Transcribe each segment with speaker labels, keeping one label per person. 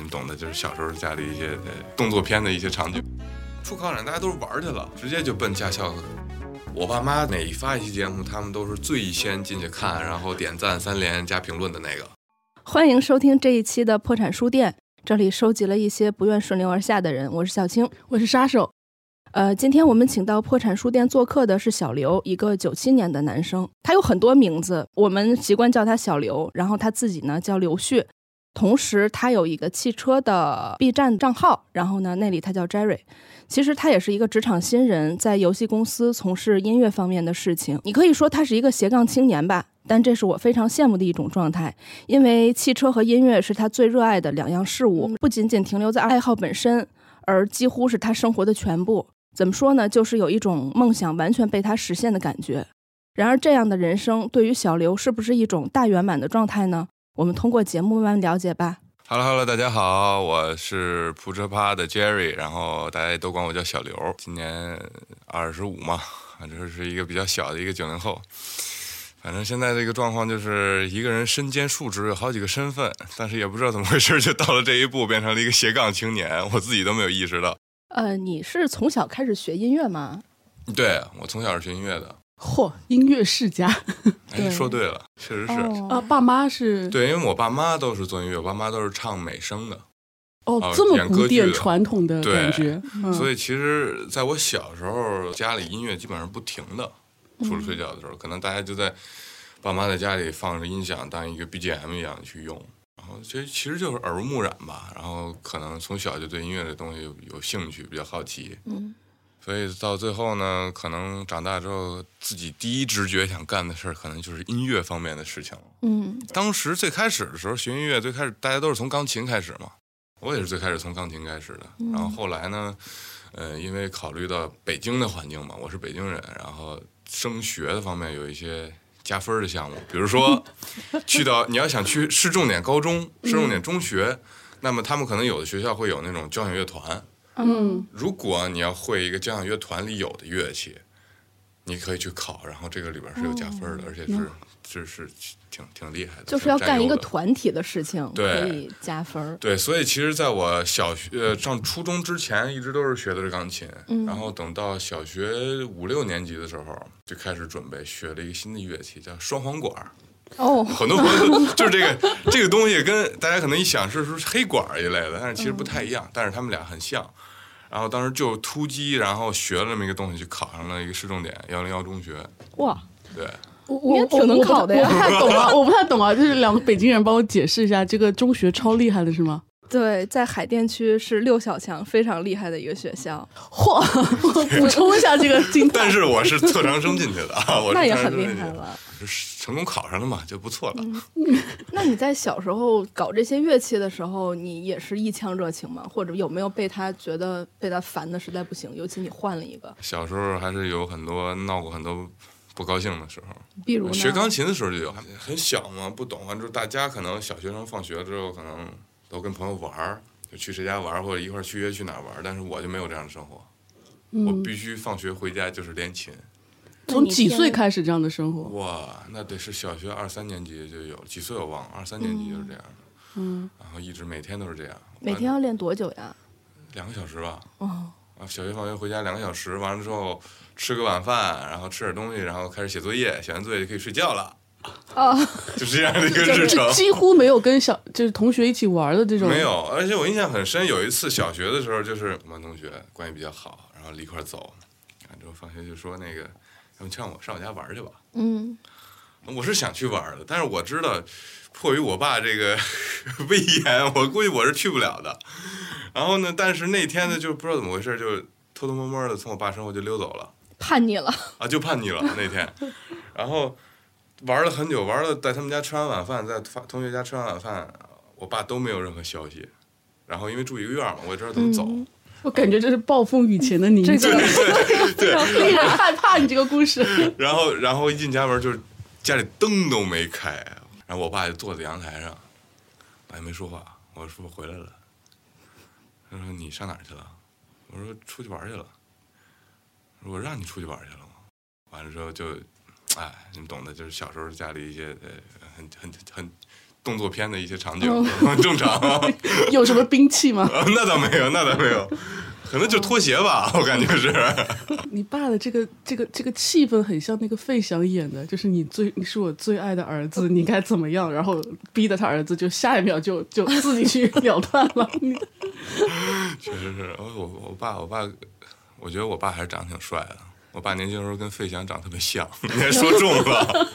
Speaker 1: 们懂的就是小时候家里一些呃动作片的一些场景。初考场大家都是玩儿去了，直接就奔驾校了。我爸妈每发一期节目，他们都是最先进去看，然后点赞、三连加评论的那个。
Speaker 2: 欢迎收听这一期的破产书店，这里收集了一些不愿顺流而下的人。我是小青，
Speaker 3: 我是杀手。
Speaker 2: 呃，今天我们请到破产书店做客的是小刘，一个九七年的男生，他有很多名字，我们习惯叫他小刘，然后他自己呢叫刘旭，同时他有一个汽车的 B 站账号，然后呢那里他叫 Jerry。其实他也是一个职场新人，在游戏公司从事音乐方面的事情。你可以说他是一个斜杠青年吧，但这是我非常羡慕的一种状态，因为汽车和音乐是他最热爱的两样事物，不仅仅停留在爱好本身，而几乎是他生活的全部。怎么说呢？就是有一种梦想完全被他实现的感觉。然而，这样的人生对于小刘是不是一种大圆满的状态呢？我们通过节目慢慢了解吧。
Speaker 1: Hello Hello，大家好，我是扑车趴的 Jerry，然后大家也都管我叫小刘，今年二十五嘛，反正是一个比较小的一个九零后。反正现在这个状况就是一个人身兼数职，有好几个身份，但是也不知道怎么回事，就到了这一步，变成了一个斜杠青年，我自己都没有意识到。
Speaker 2: 呃，你是从小开始学音乐吗？
Speaker 1: 对我从小是学音乐的，
Speaker 3: 嚯，音乐世家
Speaker 1: 哎，说对了，确实是。
Speaker 2: 哦
Speaker 3: 啊！爸妈是
Speaker 1: 对，因为我爸妈都是做音乐，我爸妈都是唱美声的，
Speaker 3: 哦
Speaker 1: 哦，
Speaker 3: 这么
Speaker 1: 演歌
Speaker 3: 古
Speaker 1: 剧
Speaker 3: 典
Speaker 1: 的
Speaker 3: 传统的
Speaker 1: 对
Speaker 3: 感觉，
Speaker 2: 啊
Speaker 3: 嗯
Speaker 1: 所以其实在我小时候，家里音乐基本上不停的，除了睡觉的时候，可能大家就在爸妈在家里放着音响当一个 BGM 一样去用。然后其实其实就是耳濡目染吧，然后可能从小就对音乐这东西有有兴趣，比较好奇，
Speaker 2: 嗯，
Speaker 1: 所以到最后呢，可能长大之后自己第一直觉想干的事儿，可能就是音乐方面的事情了。
Speaker 2: 嗯，
Speaker 1: 当时最开始的时候学音乐，最开始大家都是从钢琴开始嘛，我也是最开始从钢琴开始的。然后后来呢，呃，因为考虑到北京的环境嘛，我是北京人，然后升学的方面有一些加分的项目，比如说去到你要想去市重点高中、市重点中学，那么他们可能有的学校会有那种交响乐团，
Speaker 3: 嗯，
Speaker 1: 如果你要会一个交响乐团里有的乐器，你可以去考，然后这个里边是有加分的，而且是是是挺挺厉害的，
Speaker 2: 哦就是要干一
Speaker 1: 占优的。
Speaker 2: 个团体的事情，
Speaker 1: 对
Speaker 2: 可以加分儿。
Speaker 1: 对，所以其实在我小学呃上初中之前，一直都是学的是钢琴，
Speaker 2: 嗯
Speaker 1: 然后等到小学五六年级的时候，就开始准备学了一个新的乐器，叫双簧管儿。
Speaker 2: 哦，
Speaker 1: 很多朋友都就是这个 这个东西跟大家可能一想是是黑管儿一类的，但是其实不太一样，但是他们俩很像。然后当时就突击，然后学了那么一个东西，就考上了一个市重点幺零幺中学。
Speaker 2: 哇，
Speaker 1: 对，
Speaker 3: 我
Speaker 2: 你
Speaker 3: 我
Speaker 2: 也挺能考的呀
Speaker 3: 我不太我不太懂啊，我 不太懂啊，就是两个北京人帮我解释一下，这个中学超厉害的是吗？
Speaker 2: 对，在海淀区是六小强非常厉害的一个学校，
Speaker 3: 嚯， 我补充一下这个 经
Speaker 1: 但是我是特长生进去的啊，我是
Speaker 2: 那也
Speaker 1: 特长
Speaker 2: 很
Speaker 1: 生
Speaker 2: 厉
Speaker 1: 进去
Speaker 2: 害
Speaker 1: 的，
Speaker 2: 了。嗯
Speaker 1: 就是成功考上了嘛，就不错了。
Speaker 2: 那你在小时候搞这些乐器的时候，你也是一腔热情吗？或者有没有被他觉得被他烦的实在不行？尤其你换了一个，
Speaker 1: 小时候还是有很多闹过很多不高兴的时候，
Speaker 2: 比如呢
Speaker 1: 学钢琴的时候就有，很小嘛，不懂。完之后，大家可能小学生放学之后，可能都跟朋友玩儿，就去谁家玩儿，或者一块儿去约去哪儿玩儿。但是我就没有这样的生活，我必须放学回家就是练琴。
Speaker 3: 从几岁开始这样的生活？
Speaker 1: 哇，那得是小学二三年级就有，几岁我忘了，二三年级就是这样的。嗯，然后一直每天都是这样，
Speaker 2: 每天要练多久呀？
Speaker 1: 两个小时吧。
Speaker 2: 哦，
Speaker 1: 啊，小学放学回家两个小时，完了之后吃个晚饭，然后吃点东西，然后开始写作业，写完作业就可以睡觉了。
Speaker 2: 啊，
Speaker 1: 就是这样的一个
Speaker 3: 就
Speaker 1: 日程
Speaker 3: 就。几乎没有跟小就是同学一起玩的这种，
Speaker 1: 没有，而且我印象很深，有一次小学的时候，就是我们班同学关系比较好，然后一块儿走，然后之后放学就说那个，要不劝我上我家玩儿去吧。
Speaker 2: 嗯，
Speaker 1: 我是想去玩儿的，但是我知道，迫于我爸这个 威严，我估计我是去不了的。然后呢，但是那天呢，就不知道怎么回事，就偷偷摸摸的从我爸身后就溜走了。
Speaker 2: 叛逆了，
Speaker 1: 啊，就叛逆了那天，然后玩了很久，玩了在他们家吃完晚饭，在发同学家吃完晚饭，我爸都没有任何消息。然后因为住一个院儿嘛，我也知道怎么走。
Speaker 3: 我感觉这是暴风雨前的你， 这个 令人害怕。你这个故事，
Speaker 1: 然后然后一进家门就是家里灯都没开，然后我爸就坐在阳台上，我也没说话。我说我回来了，他说你上哪儿去了？我说出去玩儿去了。我说我让你出去玩儿去了吗？完了之后就，哎，你们懂的，就是小时候家里一些呃很很很动作片的一些场景，很正常。
Speaker 3: 有什么兵器吗？
Speaker 1: 那倒没有，那倒没有，可能就拖鞋吧，我感觉是。
Speaker 3: 你爸的这个这个这个气氛很像那个费翔演的，就是你最你是我最爱的儿子，你该怎么样？然后逼得他儿子就下一秒就就自己去 了断了。你
Speaker 1: 确实是，我我我爸我爸，我觉得我爸还是长得挺帅的。我爸年轻时候跟费翔长得特别像， 你还说中了。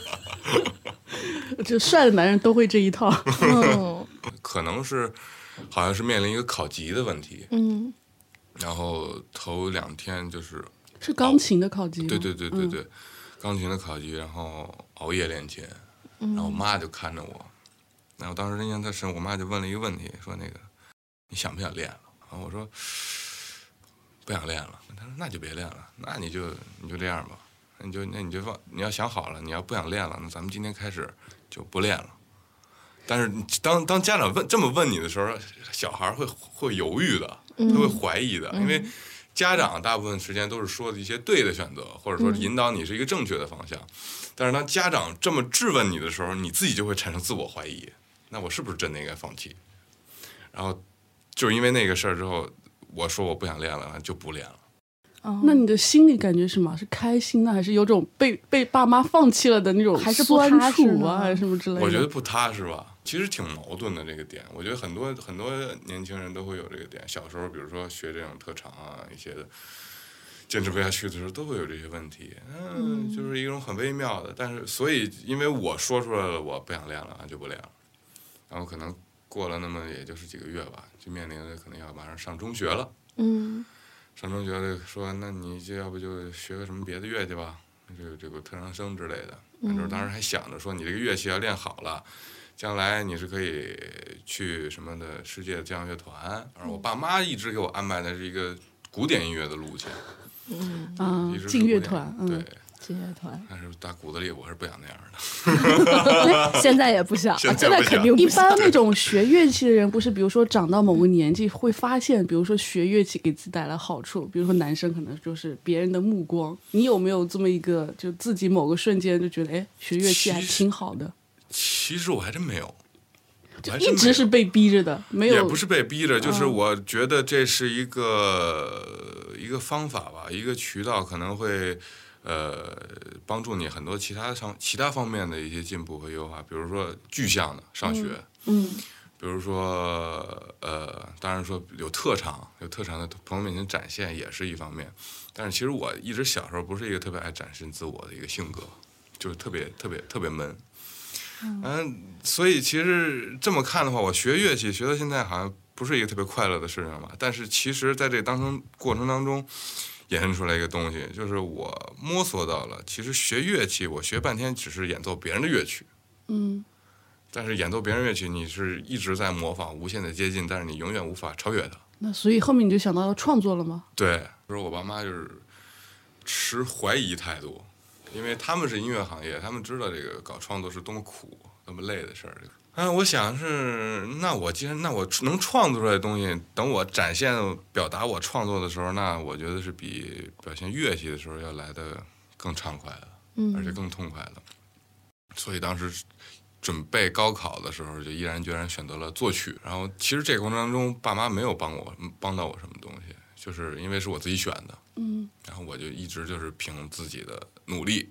Speaker 3: 就帅的男人都会这一套。
Speaker 4: 嗯
Speaker 1: 可能是好像是面临一个考级的问题，
Speaker 4: 嗯，
Speaker 1: 然后头两天就是
Speaker 3: 是钢琴的考级吗、
Speaker 1: 对对对对对，钢琴的考级，然后熬夜练琴，然后我妈就看着我，然后当时印象特深，我妈就问了一个问题，说那个你想不想练了？然后我说不想练了，她说那就别练了，那你就你就这样吧，那你就那你就放，你要想好了，你要不想练了，那咱们今天开始就不练了。但是你当当家长问这么问你的时候，小孩儿会会犹豫的，他会怀疑的，因为家长大部分时间都是说的一些对的选择，或者说引导你是一个正确的方向。但是当家长这么质问你的时候，你自己就会产生自我怀疑，那我是不是真的应该放弃？然后就是因为那个事儿之后，我说我不想练了，就不练了。
Speaker 4: 哦
Speaker 3: 那你的心里感觉是什么？是开心呢，还是有种被被爸妈放弃了的那种
Speaker 4: 还是不
Speaker 3: 酸
Speaker 4: 踏实
Speaker 3: 楚
Speaker 4: 呢
Speaker 3: 啊，还是什么之类的？
Speaker 1: 我觉得不踏实吧，其实挺矛盾的这个点。我觉得很多很多年轻人都会有这个点。小时候，比如说学这种特长啊，一些的坚持不下去的时候，都会有这些问题。嗯，就是一种很微妙的。但是，所以因为我说出来了，我不想练了，就不练了。然后可能过了那么也就是几个月吧，就面临着可能要马上上中学了。
Speaker 4: 嗯
Speaker 1: 上中学了说，那你就要不就学个什么别的乐器吧，这个这个特长生之类的。那时候当时还想着说，你这个乐器要练好了，将来你是可以去什么的世界的交响乐团。而我爸妈一直给我安排的是一个古典音乐的路线，
Speaker 4: 嗯，
Speaker 3: 啊
Speaker 1: 一直，是
Speaker 3: 劲
Speaker 1: 古
Speaker 3: 乐
Speaker 1: 典
Speaker 3: 团，嗯，
Speaker 1: 对。
Speaker 4: 劲乐 团
Speaker 1: 但是打骨子里我是不想那样的，
Speaker 4: 现在也不想，
Speaker 1: 现在
Speaker 2: 啊
Speaker 4: 现在
Speaker 1: 不想
Speaker 4: 肯定
Speaker 3: 一
Speaker 4: 不想
Speaker 3: 般那种学乐器的人，不是比如说长到某个年纪会发现，比如说学乐器给自己带来好处，比如说男生可能就是别人的目光。你有没有这么一个，就自己某个瞬间就觉得，哎，学乐器还
Speaker 1: 其实
Speaker 3: 挺好的，
Speaker 1: 其实我还真没有，我还真
Speaker 3: 一
Speaker 1: 没
Speaker 3: 直
Speaker 1: 有
Speaker 3: 是被逼着的，没有嗯
Speaker 1: 也不是被逼着，就是我觉得这是一个、一个方法吧，一个渠道可能会呃帮助你很多其他上其他方面的一些进步和优化，比如说具象的上学，
Speaker 3: 嗯
Speaker 1: 比如说呃，当然说有特长，有特长在朋友面前展现也是一方面，但是其实我一直小时候不是一个特别爱展示自我的一个性格，就是特别特别特别闷。嗯，所以其实这么看的话，我学乐器学到现在好像不是一个特别快乐的事情吧。但是其实在这当中过程当中，衍生出来一个东西，就是我摸索到了，其实学乐器我学半天只是演奏别人的乐曲，
Speaker 3: 嗯
Speaker 1: 但是演奏别人乐曲，你是一直在模仿，无限的接近，但是你永远无法超越它。
Speaker 3: 那所以后面你就想到了创作了吗？
Speaker 1: 对，比如我爸妈就是持怀疑态度，因为他们是音乐行业，他们知道这个搞创作是多么苦、多么累的事儿。啊，我想是，那我既然那我能创作出来的东西，等我展现、表达我创作的时候，那我觉得是比表现乐器的时候要来的更畅快的，
Speaker 2: 嗯
Speaker 1: 而且更痛快的。所以当时准备高考的时候，就毅然决然选择了作曲。然后其实这个过程当中，爸妈没有帮我帮到我什么东西，就是因为是我自己选的。
Speaker 3: 嗯，
Speaker 1: 然后我就一直就是凭自己的努力，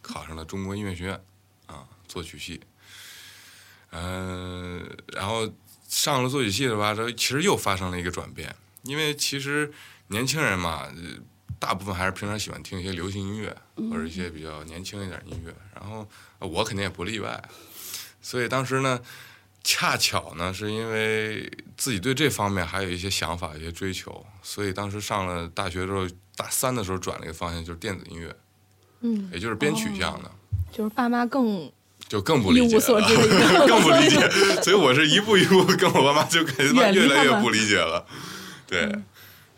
Speaker 1: 考上了中国音乐学院啊，作曲系。嗯、然后上了作曲系的吧，这其实又发生了一个转变，因为其实年轻人嘛，呃大部分还是平常喜欢听一些流行音乐
Speaker 4: 嗯
Speaker 1: 或者一些比较年轻一点的音乐，然后呃我肯定也不例外，所以当时呢。恰巧呢，是因为自己对这方面还有一些想法、一些追求，所以当时上了大学之后，大三的时候转了一个方向，就是电子音乐，
Speaker 4: 嗯，
Speaker 1: 也就是编曲项的，
Speaker 4: 就是爸妈更
Speaker 1: 就更不
Speaker 4: 哦一
Speaker 1: 理解
Speaker 4: 无
Speaker 1: 了，
Speaker 4: 所知的一个
Speaker 1: 更不理解。所以我是一步一步跟我爸妈就感觉他妈
Speaker 3: 远离
Speaker 1: 越来
Speaker 3: 他
Speaker 1: 越
Speaker 3: 们
Speaker 1: 不理解了，对，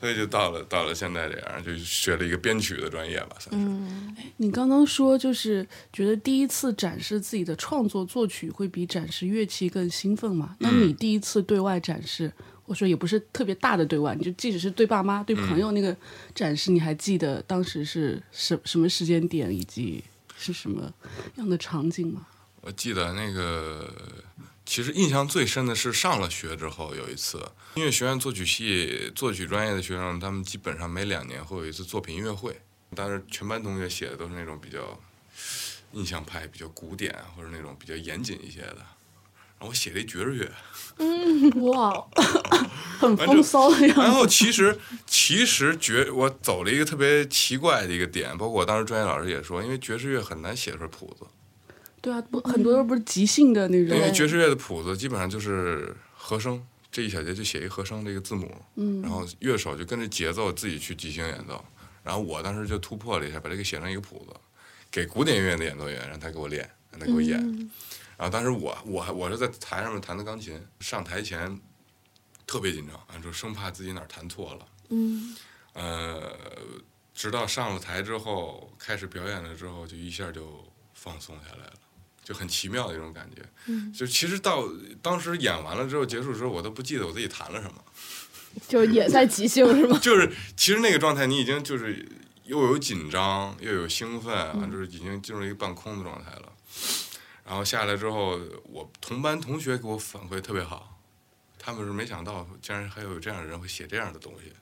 Speaker 1: 所以就到了到了现在这样，就学了一个编曲的专业吧，算是。
Speaker 4: 嗯，
Speaker 3: 你刚刚说就是觉得第一次展示自己的创作作曲会比展示乐器更兴奋嘛？那你第一次对外展示，或者说也不是特别大的对外，你就即使是对爸妈、对朋友那个展示，你还记得当时是什什么时间点以及是什么样的场景吗？
Speaker 1: 我记得那个，其实印象最深的是上了学之后有一次，音乐学院作曲系作曲专业的学生，他们基本上每两年会有一次作品音乐会，但是全班同学写的都是那种比较印象派、比较古典或者那种比较严谨一些的。然后我写了一爵士乐，
Speaker 3: 哇，很风骚的样
Speaker 1: 然
Speaker 3: 子。
Speaker 1: 后其实其实爵我走了一个特别奇怪的一个点，包括我当时专业老师也说，因为爵士乐很难写出来谱子，
Speaker 3: 对啊，不很多都不是即兴的那种
Speaker 1: 因。为爵士乐的谱子基本上就是和声，这一小节就写一和声这个字母，然后乐手就跟着节奏自己去即兴演奏。然后我当时就突破了一下，把这个写成一个谱子，给古典音乐的演奏员，让他给我练，让他给我演。
Speaker 2: 嗯
Speaker 4: 嗯
Speaker 1: 然后当时我我还我是在台上面弹的钢琴，上台前特别紧张，啊就生怕自己哪儿弹错了。
Speaker 4: 嗯，
Speaker 1: 呃，直到上了台之后，开始表演了之后，就一下就放松下来了，就很奇妙的一种感觉。嗯，就其实到当时演完了之后，结束之后，我都不记得我自己弹了什么。
Speaker 4: 就也在即兴是吗？
Speaker 1: 就是其实那个状态，你已经就是又有紧张又有兴奋啊，就是已经进入一个半空的状态了。然后下来之后，我同班同学给我反馈特别好，他们是没想到竟然还有这样的人会写这样的东西。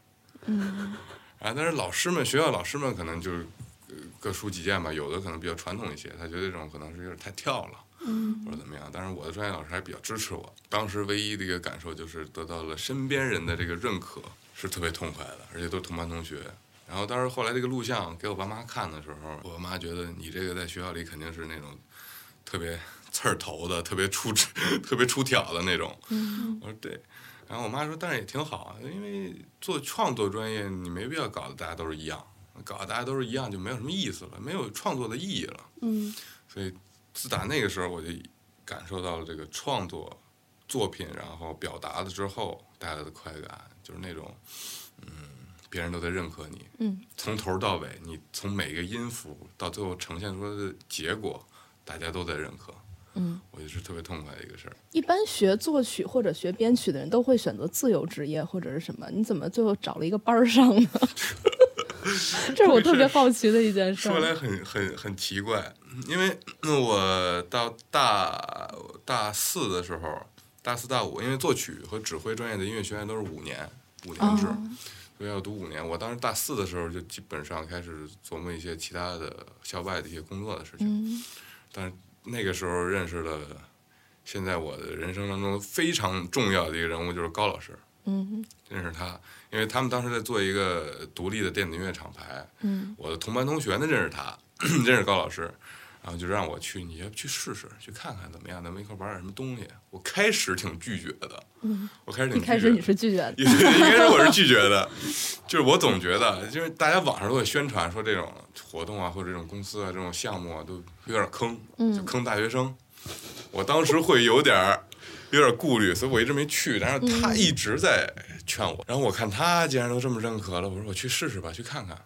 Speaker 1: 嗯。啊，但是老师们，学校老师们可能就是呃各抒己见吧，有的可能比较传统一些，他觉得这种可能是有点太跳了。或者怎么样，但是我的专业老师还比较支持我。当时唯一的一个感受就是得到了身边人的这个认可，是特别痛快的，而且都是同班同学。然后当时后来这个录像给我爸妈看的时候，我妈觉得你这个在学校里肯定是那种特别刺儿头的、特别出 特别出挑的那种。我说对。然后我妈说，但是也挺好，因为做创作专业你没必要搞得大家都是一样，搞得大家都是一样就没有什么意思了，没有创作的意义了。
Speaker 3: 嗯，
Speaker 1: 所以自打那个时候，我就感受到了这个创作作品，然后表达了之后带来的快感，就是那种，嗯，别人都在认可你，
Speaker 4: 嗯，
Speaker 1: 从头到尾，你从每一个音符到最后呈现出来的结果，大家都在认可，
Speaker 4: 嗯，
Speaker 1: 我觉得是特别痛快的一个事儿。
Speaker 4: 一般学作曲或者学编曲的人都会选择自由职业或者是什么？你怎么最后找了一个班儿上呢？ 这是我特别好奇的一件事
Speaker 1: 说
Speaker 4: 儿。
Speaker 1: 来很很很奇怪，因为嗯我到大大四的时候，大四大五，因为作曲和指挥专业的音乐学院都是五年五年制，所以要读五年。我当时大四的时候就基本上开始琢磨一些其他的校外的一些工作的事情，
Speaker 4: 嗯
Speaker 1: 但是那个时候认识了现在我的人生当中非常重要的一个人物，就是高老师。
Speaker 4: 嗯
Speaker 1: 认识他，因为他们当时在做一个独立的电子音乐厂牌，
Speaker 4: 嗯，
Speaker 1: 我的同班同学呢认识他， 认识高老师，然后就让我去，你要不去试试，去看看怎么样，咱们一块玩点什么东西。我开始挺拒绝的，嗯，我开始挺
Speaker 4: 一
Speaker 1: 拒绝
Speaker 4: 开始你是拒绝的，
Speaker 1: 一 开始我是拒绝的，就是我总觉得，就是大家网上都有宣传说这种活动啊，或者这种公司啊，这种项目啊，都有点坑，就坑大学生。我当时会有点儿有点顾虑，所以我一直没去。但是他一直在劝我，然后我看他既然都这么认可了，我说我去试试吧，去看看。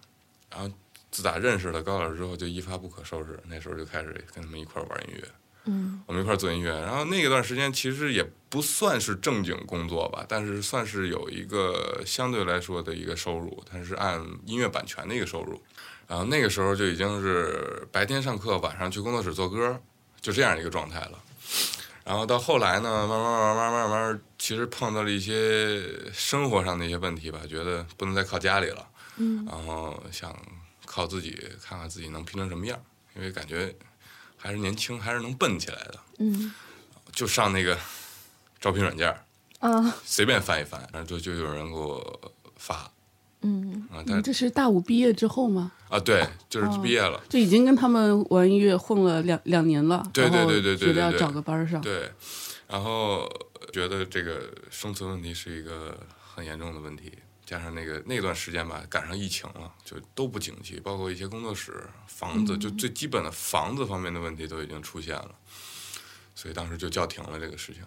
Speaker 1: 然后自打认识了高老师之后，就一发不可收拾。那时候就开始跟他们一块儿玩音乐，
Speaker 4: 嗯，
Speaker 1: 我们一块儿做音乐。然后那段时间其实也不算是正经工作吧，但是算是有一个相对来说的一个收入，它是按音乐版权的一个收入。然后那个时候就已经是白天上课，晚上去工作室做歌，就这样一个状态了。然后到后来呢，慢慢慢慢慢慢，其实碰到了一些生活上的一些问题吧，觉得不能再靠家里了，嗯，然后想靠自己看看自己能拼成什么样，因为感觉还是年轻，还是能蹦起来的，
Speaker 4: 嗯
Speaker 1: 就上那个招聘软件儿
Speaker 4: 啊
Speaker 1: 随便翻一翻，然后就就有人给我发
Speaker 4: 嗯
Speaker 1: 啊，
Speaker 3: 你
Speaker 1: 但
Speaker 3: 这是大五毕业之后吗？
Speaker 1: 啊对，就是毕业了。
Speaker 3: 就已经跟他们玩音乐混了两两年了，
Speaker 1: 对对对对对对
Speaker 3: 然后觉得要
Speaker 1: 对
Speaker 3: 找个班儿上，
Speaker 1: 对，然后觉得这个生存问题是一个很严重的问题，加上那个那段时间吧，赶上疫情了，就都不景气，包括一些工作室、房子，就最基本的房子方面的问题都已经出现了，所以当时就叫停了这个事情。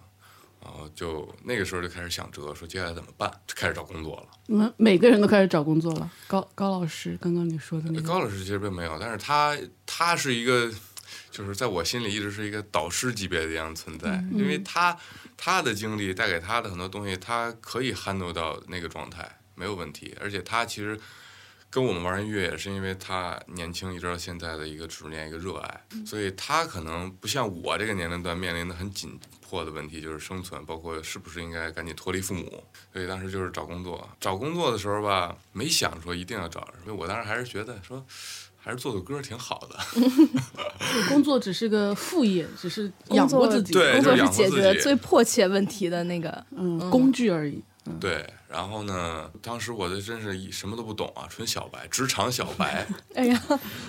Speaker 1: 然后就那个时候就开始想辙，说接下来怎么办，就开始找工作了。
Speaker 3: 你们每个人都开始找工作了。高高老师刚刚你说的那个，
Speaker 1: 高老师其实并没有，但是他他是一个，就是在我心里一直是一个导师级别的一样存在，因为他他的经历带给他的很多东西，他可以 handle 到那个状态没有问题，而且他其实跟我们玩音乐也是因为他年轻一直到现在的一个执念、一个热爱，所以他可能不像我这个年龄段面临的很紧迫的问题，就是生存，包括是不是应该赶紧脱离父母。所以当时就是找工作，找工作的时候吧，没想说一定要找什么，我当时还是觉得说。还是做做歌挺好的，
Speaker 3: 工作只是个副业，只是养活自己，
Speaker 1: 对
Speaker 4: 工
Speaker 1: 就
Speaker 4: 作
Speaker 1: 是养
Speaker 4: 是
Speaker 1: 活
Speaker 4: 解
Speaker 1: 自
Speaker 4: 决
Speaker 1: 己
Speaker 4: 最迫切问题的那个。
Speaker 3: 嗯，工具而已。嗯，
Speaker 1: 对。然后呢，当时我这真是一什么都不懂啊，纯小白，职场小白。
Speaker 4: 哎呀，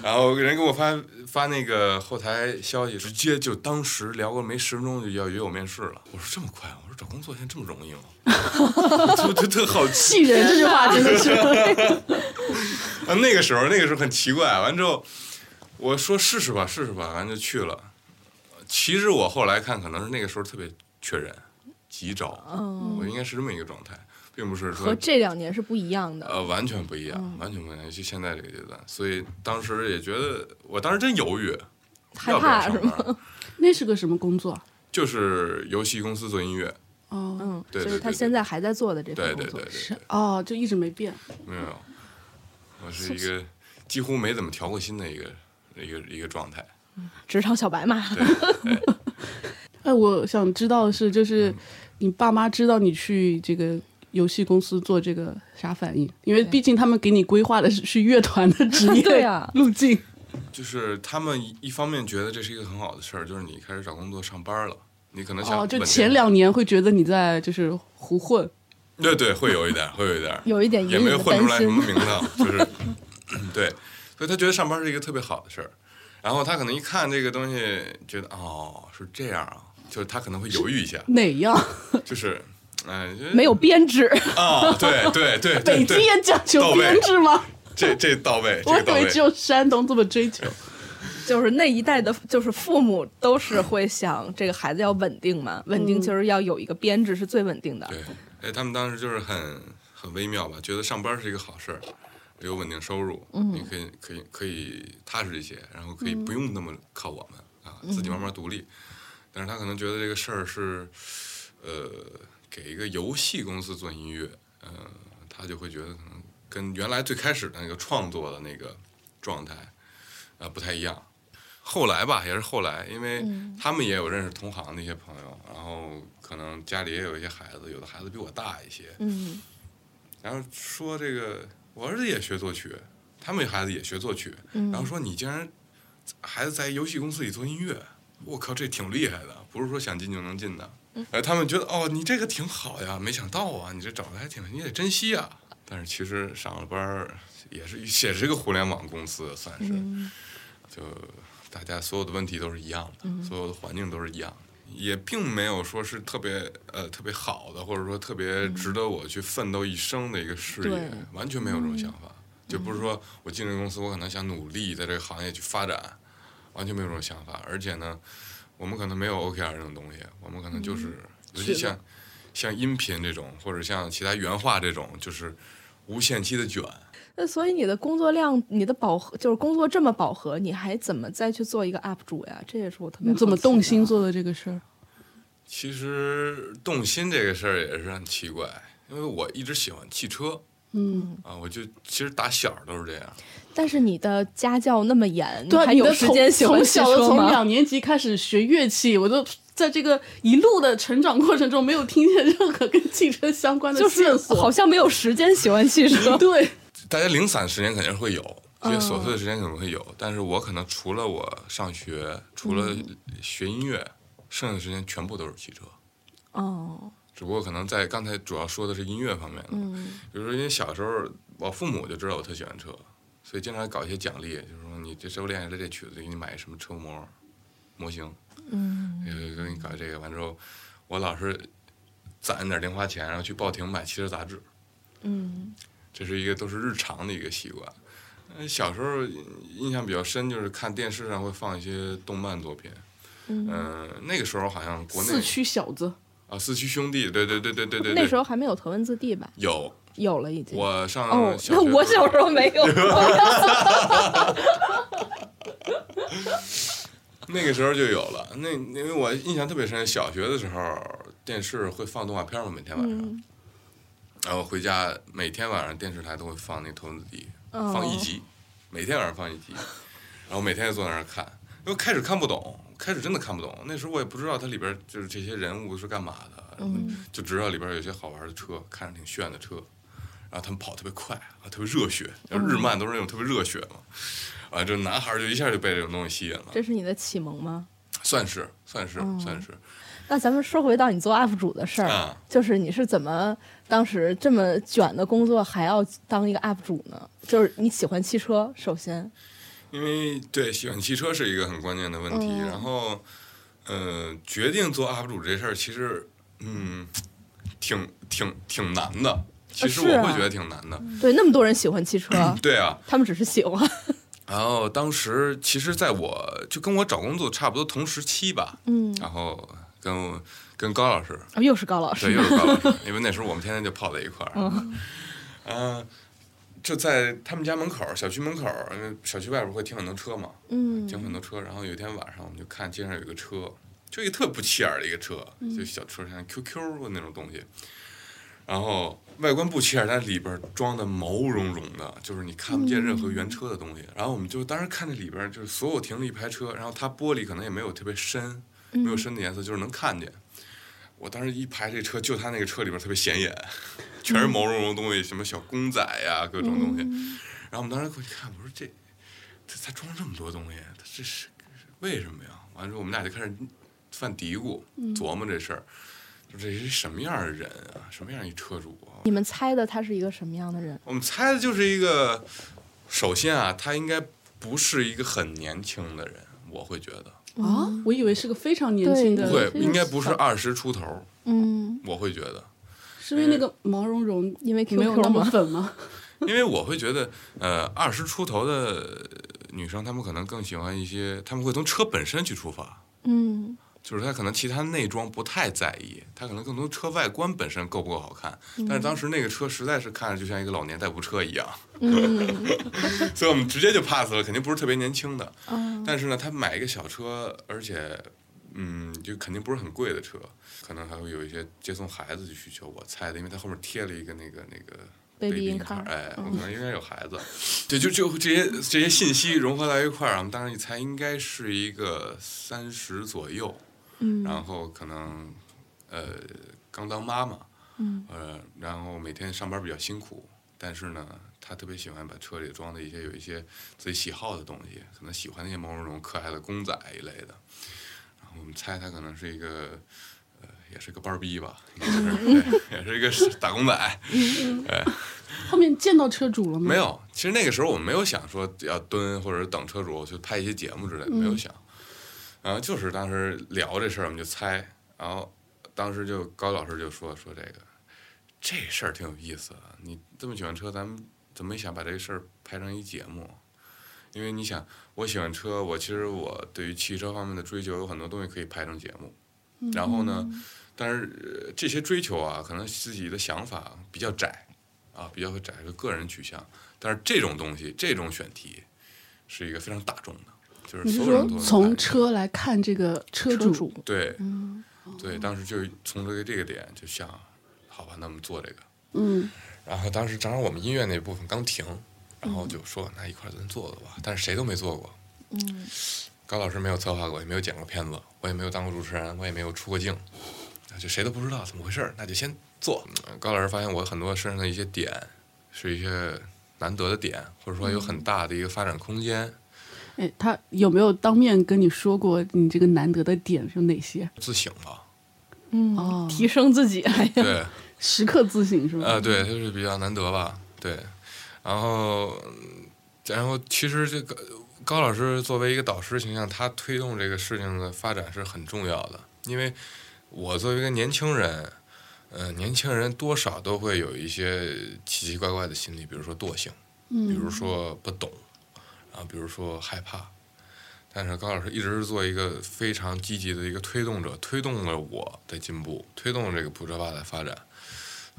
Speaker 1: 然后人给我发发那个后台消息，直接就当时聊个没十分钟就要约我面试了。我说这么快啊？我说找工作现在这么容易吗？ 我就就特好奇
Speaker 3: 气人这句话真的是，
Speaker 1: 啊！那个时候那个时候很奇怪。完之后我说试试吧，试试吧，完就去了。其实我后来看，可能是那个时候特别缺人，急招。
Speaker 4: 哦
Speaker 1: 我应该是这么一个状态，并不是
Speaker 2: 和
Speaker 1: 说
Speaker 2: 这两年是不一样的。
Speaker 1: 呃，完全不一样，
Speaker 4: 嗯
Speaker 1: 完全不一样，尤其现在这个阶段，所以当时也觉得，我当时真犹豫，
Speaker 4: 害
Speaker 1: 要不要
Speaker 4: 怕
Speaker 1: 上
Speaker 4: 是
Speaker 1: 班儿？
Speaker 3: 那是个什么工作啊？
Speaker 1: 就是游戏公司做音乐，
Speaker 3: 哦，
Speaker 4: 嗯，
Speaker 1: 对对
Speaker 4: 就是他
Speaker 1: 对对
Speaker 4: 现在还在做的这份
Speaker 1: 对
Speaker 4: 工
Speaker 1: 对
Speaker 4: 作
Speaker 1: 对，
Speaker 3: 是
Speaker 1: 对，
Speaker 3: 哦，就一直没变。
Speaker 1: 没有，我是一个几乎没怎么调过心的一个一个一个状态，
Speaker 4: 职场小白嘛。
Speaker 1: 对，
Speaker 3: 哎，我想知道的是，
Speaker 1: 嗯
Speaker 3: 就是你爸妈知道你去这个游戏公司做这个啥反应？因为毕竟他们给你规划的是去乐团的职业
Speaker 4: 对啊
Speaker 3: 路径。
Speaker 1: 就是他们一一方面觉得这是一个很好的事儿，就是你开始找工作上班了，你可能想
Speaker 3: 哦，就
Speaker 1: 稳定
Speaker 3: 前两年会觉得你在就是胡混，
Speaker 1: 对对会有 一点，会有一点，
Speaker 4: 有一点隐
Speaker 1: 也
Speaker 4: 隐
Speaker 1: 没有
Speaker 4: 的
Speaker 1: 混出
Speaker 4: 担
Speaker 1: 来什
Speaker 4: 心
Speaker 1: 么，名堂，就是 对，所以他觉得上班是一个特别好的事儿。然后他可能一看这个东西，觉得哦是这样啊，就是他可能会犹豫一下，
Speaker 3: 哪 样？
Speaker 1: 就是嗯、呃
Speaker 4: 没有编制，
Speaker 1: 啊、对对 对
Speaker 3: 北
Speaker 1: 对
Speaker 3: 京
Speaker 1: 对，
Speaker 3: 也讲
Speaker 1: 到
Speaker 3: 究
Speaker 1: 位
Speaker 3: 编制吗？
Speaker 1: 这这到位，这
Speaker 3: 我
Speaker 1: 个
Speaker 3: 以
Speaker 1: 到
Speaker 3: 为
Speaker 1: 位
Speaker 3: 只。有山东这么 追求。
Speaker 4: 就是那一代的，就是父母都是会想这个孩子要稳定嘛，稳
Speaker 3: 嗯
Speaker 4: 定就是要有一个编制是最稳定的。
Speaker 1: 对，哎，他们当时就是很很微妙吧，觉得上班是一个好事儿，有稳定收入，
Speaker 3: 嗯
Speaker 1: 你可以可以可以踏实一些，然后可以不用那么靠我们、啊，自己慢慢独立。但是他可能觉得这个事儿是，呃，给一个游戏公司做音乐，呃，他就会觉得可能跟原来最开始的那个创作的那个状态，啊、不太一样。后来吧，也是后来，因为他们也有认识同行的一些朋友，然后可能家里也有一些孩子，有的孩子比我大一些，
Speaker 4: 嗯，
Speaker 1: 然后说这个我儿子也学作曲，他们孩子也学作曲，然后说你竟然孩子在游戏公司里做音乐，我靠，这挺厉害的，不是说想进就能进的。哎，他们觉得哦，你这个挺好呀，没想到啊，你这找的还挺，你得珍惜啊。但是其实上了班儿也是也是一个互联网公司，算是，
Speaker 2: 嗯
Speaker 1: 就大家所有的问题都是一样的，所有的环境都是一样的。也并没有说是特别呃特别好的，或者说特别值得我去奋斗一生的一个事业，
Speaker 4: 对
Speaker 1: 完全没有这种想法。就不是说我进这个公司，我可能想努力在这个行业去发展，完全没有这种想法。而且呢，我们可能没有 OKR 这种东西，我们可能就是，尤其像像音频这种，或者像其他原画这种，就是无限期的卷。
Speaker 4: 那所以你的工作量，你的饱和就是工作这么饱和，你还怎么再去做一个 UP 主呀？这也是我特别
Speaker 3: 你怎
Speaker 1: 啊
Speaker 3: 么动心
Speaker 4: 好奇的
Speaker 3: 做的这个事儿？
Speaker 1: 其实动心这个事儿也是很奇怪，因为我一直喜欢汽车
Speaker 3: 嗯，
Speaker 1: 啊，我就其实打小都是这样。
Speaker 4: 但是你的家教那么严，
Speaker 3: 对啊，
Speaker 4: 你还
Speaker 3: 你
Speaker 4: 有
Speaker 3: 的
Speaker 4: 时
Speaker 3: 从
Speaker 4: 间喜欢
Speaker 3: 从小的
Speaker 4: 汽车
Speaker 3: 从
Speaker 4: 吗
Speaker 3: 两年级开始学乐器，我都在这个一路的成长过程中没有听见任何跟汽车相关的
Speaker 4: 就是
Speaker 3: 线索。。
Speaker 4: 好像没有时间喜欢汽车
Speaker 3: 对，
Speaker 1: 大家零散时间肯定会有，这些琐碎的时间可能会有，但是我可能除了我上学，除了学音乐，剩下的时间全部都是骑车。
Speaker 4: 哦，
Speaker 1: 只不过可能在刚才主要说的是音乐方面的，
Speaker 3: 嗯
Speaker 1: 比如说因为小时候我父母就知道我特喜欢车，所以经常搞一些奖励，就是说你这周练下来这曲子，就给你买什么车模模型，嗯，就给你搞这个。完之后，我老是攒点零花钱，然后去报亭买汽车杂志，
Speaker 4: 嗯，
Speaker 1: 这是一个都是日常的一个习惯。呃小时候印象比较深，就是看电视上会放一些动漫作品，嗯、那个时候好像国内
Speaker 3: 四驱小子，
Speaker 1: 啊，四驱兄弟，对对对对对对对，
Speaker 4: 那时候还没有头文字 D 吧？
Speaker 1: 有
Speaker 4: 有了已经。
Speaker 1: 我上
Speaker 4: 哦，
Speaker 1: 小
Speaker 4: 那
Speaker 1: 学
Speaker 4: 我小时候没有。
Speaker 1: 那个时候就有了。那因为我印象特别深，小学的时候电视会放动画
Speaker 4: 嗯
Speaker 1: 片嘛，每天晚上，然后回家每天晚上电视台都会放那《头文字 D》，
Speaker 4: 哦
Speaker 1: 放一集，每天晚上放 一集，然后每天也坐在那儿看，因为开始看不懂，开始真的看不懂，那时候我也不知道它里边就是这些人物是干嘛的，
Speaker 4: 嗯
Speaker 1: 就知道里边有些好玩的车，看着挺炫的车，然后他们跑特别快啊，特别热血，
Speaker 4: 嗯
Speaker 1: 然后日漫都是那种特别热血嘛，啊，这男孩儿就一下就被这种东西吸引了，
Speaker 4: 这是你的启蒙吗？
Speaker 1: 算是算是
Speaker 2: 嗯
Speaker 1: 算是，
Speaker 2: 那咱们说回到你做 UP 主的事儿，
Speaker 1: 啊
Speaker 2: 就是你是怎么当时这么卷的工作还要当一个 UP 主呢？就是你喜欢汽车，首先，
Speaker 1: 因为对喜欢汽车是一个很关键的问题，
Speaker 2: 嗯
Speaker 1: 然后，呃，决定做 UP 主这事儿其实，嗯，挺挺挺难的，其实
Speaker 2: 啊是啊
Speaker 1: 我会觉得挺难的，
Speaker 3: 嗯
Speaker 2: 对那么多人喜欢汽车，
Speaker 1: 对啊，
Speaker 2: 他们只是喜 欢，
Speaker 1: 然后当时其实在我就跟我找工作差不多同时期吧，
Speaker 2: 嗯，
Speaker 1: 然后跟我跟高老师，
Speaker 2: 哦又是高老师
Speaker 1: 对，，又是高老师，因为那时候我们天天就泡在一块儿，嗯、就在他们家门口儿、小区门口儿，因为小区外边儿会停很多车嘛，
Speaker 2: 嗯
Speaker 1: 停很多车。然后有一天晚上，我们就看街上有一个车，就一个特不起眼儿的一个车，就小车像 QQ 的那种东西，然后外观不起眼，但里边儿装的毛茸茸的，就是你看不见任何原车的东西。然后我们就当时看着里边儿就是所有停了一排车，然后它玻璃可能也没有特别深，没有深的颜色，就是能看见。我当时一排这车，就他那个车里边儿特别显眼，全是毛茸茸的东西，什么小公仔呀、各种东西。然后我们当时过去看，我说这他他装这么多东西，他这是为什么呀？完了之后，我们俩就开始犯嘀咕，琢磨这事儿，就这是什么样儿的人啊，什么样儿一车主啊？
Speaker 2: 你们猜的他是一个什么样的人？
Speaker 1: 我们猜的就是一个，首先啊，他应该不是一个很年轻的人，我会觉得，
Speaker 3: 啊，我以为是个非常年轻的
Speaker 2: 对
Speaker 1: 不
Speaker 2: 呃，
Speaker 1: 会，
Speaker 2: 这个
Speaker 1: 应该不是二十出头儿，
Speaker 2: 嗯，
Speaker 1: 我会觉得，
Speaker 3: 是因为那个
Speaker 1: 哎
Speaker 3: 毛茸茸
Speaker 2: 因为 QQ
Speaker 3: 没有那么
Speaker 2: 嘛
Speaker 3: 粉吗？
Speaker 1: 因为我会觉得，呃，二十出头的女生，她们可能更喜欢一些，她们会从车本身去出发，
Speaker 2: 嗯
Speaker 1: 就是他可能其他内装不太在意，他可能更多车外观本身够不够好看。但是当时那个车实在是看着就像一个老年代步车一样， 所以我们直接就 pass 了，肯定不是特别年轻的。
Speaker 3: 嗯
Speaker 2: 啊
Speaker 1: 但是呢，他买一个小车，而且嗯，就肯定不是很贵的车，可能还会有一些接送孩子的需求。我猜的，因为他后面贴了一个那个那个。
Speaker 2: Baby
Speaker 1: baby
Speaker 2: in
Speaker 1: in car，
Speaker 2: car
Speaker 1: 哎，我可能应该有孩子，对，就就这些这些信息融合到一块儿，我们当时一猜应该是一个三十左右，然后可能呃刚当妈妈，呃，然后每天上班比较辛苦，但是呢，她特别喜欢把车里装的一些有一些自己喜好的东西，可能喜欢那些毛茸茸可爱的公仔一类的。然后我们猜她可能是一个。呃，也是个班儿逼吧，应该是， 对也是一个打工仔。
Speaker 3: 后面见到车主了吗？
Speaker 1: 没，有，其实那个时候我们没有想说要蹲或者等车主去拍一些节目之类的，没有想。然后就是当时聊这事儿，我们就猜，然后当时就高老师就说说这个这事儿挺有意思的，你这么喜欢车，咱们怎么没想把这事儿拍成一节目？因为你想，我喜欢车，我其实我对于汽车方面的追求有很多东西可以拍成节目。
Speaker 3: 嗯
Speaker 1: 然后呢，但是呃这些追求啊，可能自己的想法比较窄，啊，比较窄是个人取向。但是这种东西，这种选题是一个非常大众的，就是
Speaker 3: 你是
Speaker 1: 所有
Speaker 3: 说
Speaker 1: 人都能
Speaker 3: 从
Speaker 1: 看
Speaker 3: 车嗯来看这个车主？
Speaker 2: 主
Speaker 1: 对，对，当时就从这个这个点就想，好吧，那我们做这个。
Speaker 3: 嗯，
Speaker 1: 然后当时正好我们音乐那部分刚停，然
Speaker 3: 嗯
Speaker 1: 后就说那一块儿咱做做吧，但是谁都没做过。嗯，高老师没有策划过，也没有剪过片子，我也没有当过主持人，我也没有出过镜，就谁都不知道怎么回事儿，那就先做。嗯高老师发现我很多身上的一些点是一些难得的点，或者说有很大的一个发展空间。
Speaker 3: 哎，他有没有当面跟你说过你这个难得的点有哪些？
Speaker 1: 自省吧，
Speaker 3: 哦
Speaker 2: 嗯，提升自己还要
Speaker 1: 对。
Speaker 3: 时刻自省是吧？
Speaker 1: 啊，对，就是比较难得吧，对。然后，嗯然后其实这个高老师作为一个导师形象，他推动这个事情的发展是很重要的，因为我作为一个年轻人，呃，年轻人多少都会有一些奇奇怪怪的心理，比如说惰性，比如说不懂，啊，比如说害怕。但是高老师一直是做一个非常积极的一个推动者，推动了我的进步，推动了这个普车吧的发展。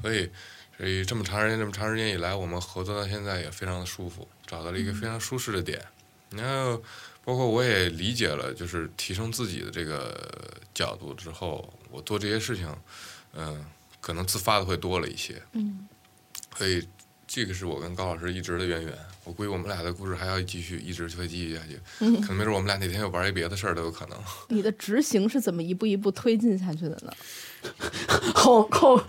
Speaker 1: 所以，所以这么长时间，这么长时间以来，我们合作到现在也非常的舒服，找到了一个非常舒适的点。然后，包括我也理解了，就是提升自己的这个角度之后，我做这些事情，嗯、可能自发的会多了一些。嗯，所以这个是我跟高老师一直的渊源。我估计我们俩的故事还要继续，一直推进下去，可能没准我们俩哪天又玩一别的事儿都有可能。
Speaker 2: 你的执行是怎么一步一步推进下去的呢？
Speaker 3: 好好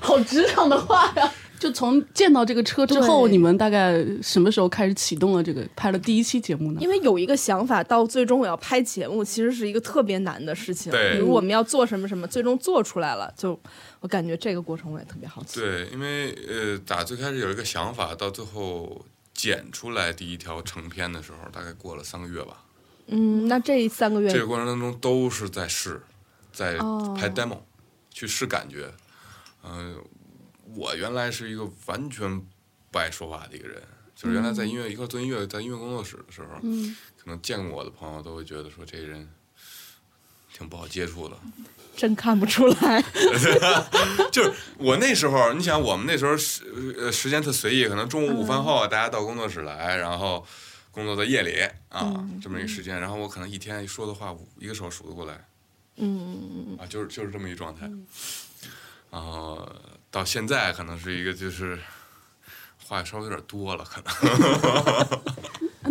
Speaker 3: 好职场的话呀！就从见到这个车之后，
Speaker 2: 对
Speaker 3: 你们大概什么时候开始启动了这个拍了第一期节目呢？
Speaker 4: 因为有一个想法，到最终我要拍节目，其实是一个特别难的事情。
Speaker 1: 对
Speaker 4: 比如我们要做什么什么，最终做出来了，就我感觉这个过程我也特别好奇。
Speaker 1: 对，因为呃，打最开始有一个想法，到最后剪出来第一条成片的时候，大概过了三个月吧。
Speaker 2: 嗯，那这三个月
Speaker 1: 这个过程当中都是在试，在
Speaker 2: 哦
Speaker 1: 拍 demo，、去试感觉。嗯、我原来是一个完全不爱说话的一个人，就是原来在音乐、一块儿做音乐，在音乐工作室的时候，可能见过我的朋友都会觉得说这人挺不好接触的，
Speaker 2: 真看不出来，
Speaker 1: 就是我那时候，你想我们那时候时呃时间特随意，可能中午午饭后大家到工作室来，然后工作到夜里啊、这么一个时间，然后我可能一天说的话一个手数得过来，嗯啊就是就是这么一状态，然后到现在可能是一个就是话稍微有点多了，可能
Speaker 3: 啊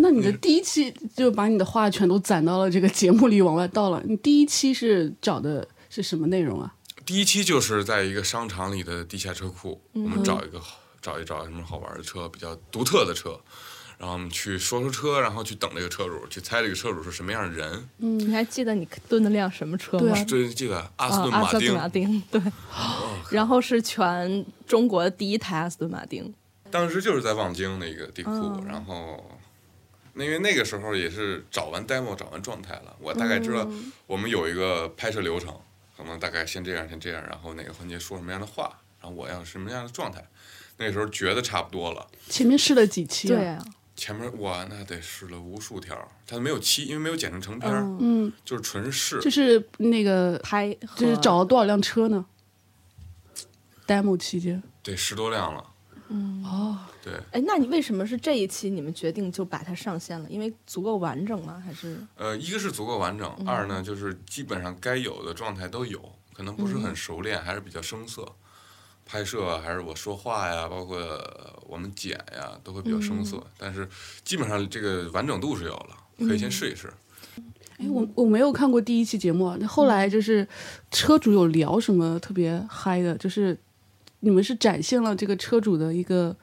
Speaker 3: 那你的第一期就把你的话全都攒到了这个节目里往外倒了。你第一期是找的是什么内容啊？
Speaker 1: 第一期就是在一个商场里的地下车库，
Speaker 2: 嗯
Speaker 1: 我们找一个好找一找什么好玩的车，比较独特的车，然后我们去说说车，然后去等这个车主，去猜这个车主是什么样的人。
Speaker 2: 你还记得你蹲的辆什么车
Speaker 3: 对
Speaker 2: 吗
Speaker 3: 啊？
Speaker 1: 这记得阿斯
Speaker 2: 啊
Speaker 1: 顿
Speaker 2: 嗯阿
Speaker 1: 马
Speaker 2: 斯
Speaker 1: 丁哦
Speaker 2: 顿，马丁，对，然后是全中国第一台阿斯顿马丁，
Speaker 1: 当时就是在望京那个地库，
Speaker 2: 嗯
Speaker 1: 然后。那因为那个时候也是找完 demo 找完状态了，我大概知道
Speaker 2: 嗯
Speaker 1: 我们有一个拍摄流程，可能大概先这样先这样，然后哪个环节说什么样的话，然后我要什么样的状态。那个时候觉得差不多了，
Speaker 3: 前面试了几期、啊？
Speaker 2: 对啊，
Speaker 1: 前面哇，那得试了无数条，它没有期，因为没有剪成成片儿，
Speaker 3: 嗯，
Speaker 1: 就是纯是试。
Speaker 3: 就是那个，
Speaker 2: 拍
Speaker 3: 就是
Speaker 2: 和
Speaker 3: 找了多少辆车呢？demo 期间，
Speaker 1: 得十多辆了。
Speaker 3: 哦，
Speaker 1: 对，
Speaker 2: 嗯哎，那你为什么是这一期你们决定就把它上线了？因为足够完整吗？还是
Speaker 1: 呃，一个是足够完整，二
Speaker 3: 嗯
Speaker 1: 呢就是基本上该有的状态都有，可能不是
Speaker 3: 嗯
Speaker 1: 很熟练，还是比较生涩。拍摄啊还是我说话呀，包括呃我们剪呀，都会比较生涩，
Speaker 3: 嗯
Speaker 1: 但是基本上这个完整度是有了，可以先试一试。
Speaker 3: 哎，我我没有看过第一期节目啊。那后来就是车主有聊什么特别嗨的，就是你们是展现了这个车主的一个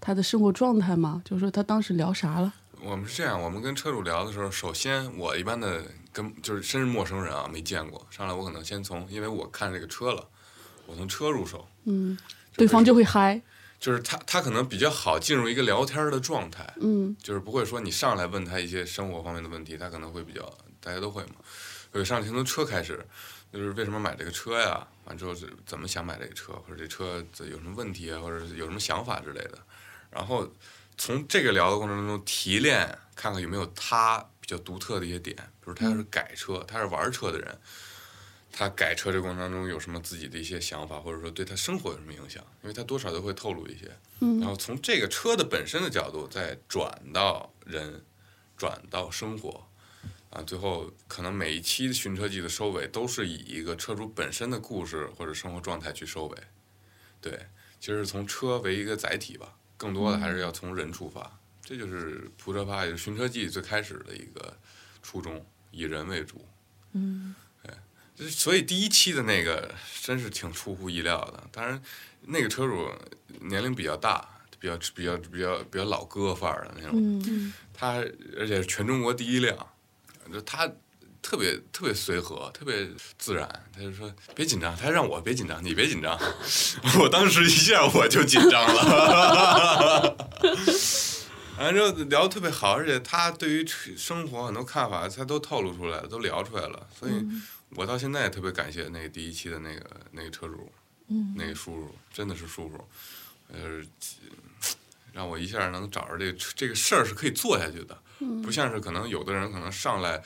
Speaker 3: 他的生活状态吗？就是说他当时聊啥了？
Speaker 1: 我们是这样，我们跟车主聊的时候，首先我一般的跟就是真是陌生人啊，没见过，上来我可能先从，因为我看这个车了，我从车入手，
Speaker 3: 嗯，对方就会嗨。
Speaker 1: 就是他他可能比较好进入一个聊天的状态，
Speaker 3: 嗯，
Speaker 1: 就是不会说你上来问他一些生活方面的问题，他可能会比较大家都会嘛，所以上来先从车开始，就是为什么哎买这个车呀，完之后是怎么想买这个车，啊或者这车有什么问题啊，或者是有什么想法之类的，然后从这个聊的过程中提炼，看看有没有他比较独特的一些点，比如他要是改车，他是玩车的人。他改车这过程当中有什么自己的一些想法，或者说对他生活有什么影响？因为他多少都会透露一些。然后从这个车的本身的角度，再转到人，转到生活，啊，最后可能每一期《寻车记》的收尾都是以一个车主本身的故事或者生活状态去收尾。对，其实是从车为一个载体吧，更多的还是要从人出发。这就是《铺车趴》也是《寻车记》最开始的一个初衷，以人为主。嗯，对，就是所以第一期的那个真是挺出乎意料的。当然，那个车主年龄比较大，比较比较比较比较老哥范儿的那种。
Speaker 2: 嗯
Speaker 1: 他而且是全中国第一辆，就他特别特别随和，特别自然。他就说别紧张，他让我别紧张，你别紧张。 我当时一下我就紧张了。 完了之后聊得特别好，而且他对于生活很多看法，他都透露出来了，都聊出来了。所以，我到现在也特别感谢那个第一期的那个那个车主，那个叔叔，真的是叔叔，呃，让我一下能找着这个这个事儿是可以做下去的，不像是可能有的人可能上来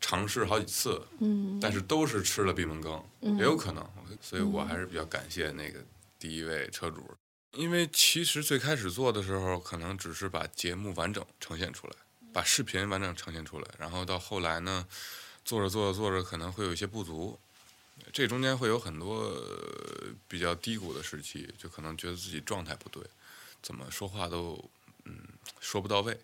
Speaker 1: 尝试好几次，
Speaker 2: 嗯
Speaker 1: 但是都是吃了闭门羹，也有可能，所以我还是比较感谢那个第一位车主，因为其实最开始做的时候，可能只是把节目完整呈现出来，把视频完整呈现出来，然后到后来呢，做着做着做着可能会有一些不足。这中间会有很多呃比较低谷的时期，就可能觉得自己状态不对，怎么说话都嗯说不到位。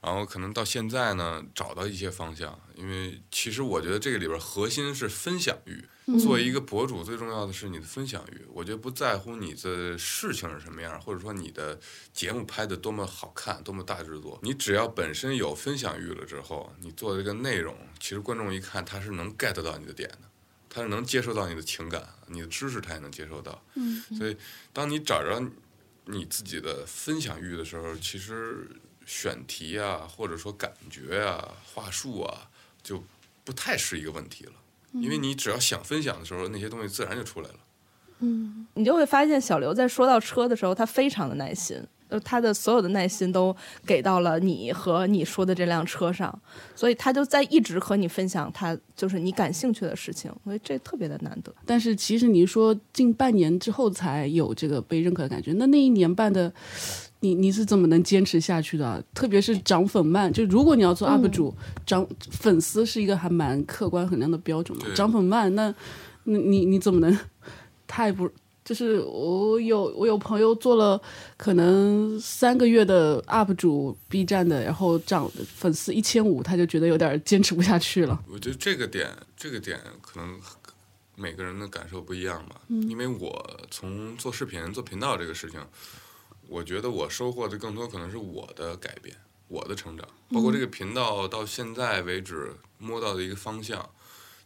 Speaker 1: 然后可能到现在呢，找到一些方向，因为其实我觉得这个里边核心是分享欲。
Speaker 3: 嗯
Speaker 1: 作为一个博主，最重要的是你的分享欲。我觉得不在乎你的事情是什么样，或者说你的节目拍的多么好看、多么大制作，你只要本身有分享欲了之后，你做的这个内容，其实观众一看他是能 get 到你的点的，他是能接受到你的情感、你的知识，他也能接受到。
Speaker 3: 嗯，
Speaker 1: 所以当你找着你自己的分享欲的时候，其实选题啊，或者说感觉啊、话术啊，就不太是一个问题了。因为你只要想分享的时候，那些东西自然就出来了。
Speaker 4: 你就会发现小刘在说到车的时候，他非常的耐心，呃，他的所有的耐心都给到了你和你说的这辆车上，所以他就在一直和你分享他就是你感兴趣的事情，所以这特别的难得。
Speaker 3: 但是其实你说近半年之后才有这个被认可的感觉，那那一年半的，你你是怎么能坚持下去的啊？特别是涨粉慢，就如果你要做 UP 主，涨粉丝是一个还蛮客观衡量的标准嘛
Speaker 1: 对。
Speaker 3: 涨粉慢，那那你你怎么能太不？就是我有我有朋友做了可能三个月的 UP 主 B 站的，然后涨粉丝一千五，他就觉得有点坚持不下去了。
Speaker 1: 我觉得这个点，这个点可能每个人的感受不一样吧。因为我从做视频、做频道这个事情，我觉得我收获的更多可能是我的改变、我的成长，包括这个频道到现在为止摸到的一个方向，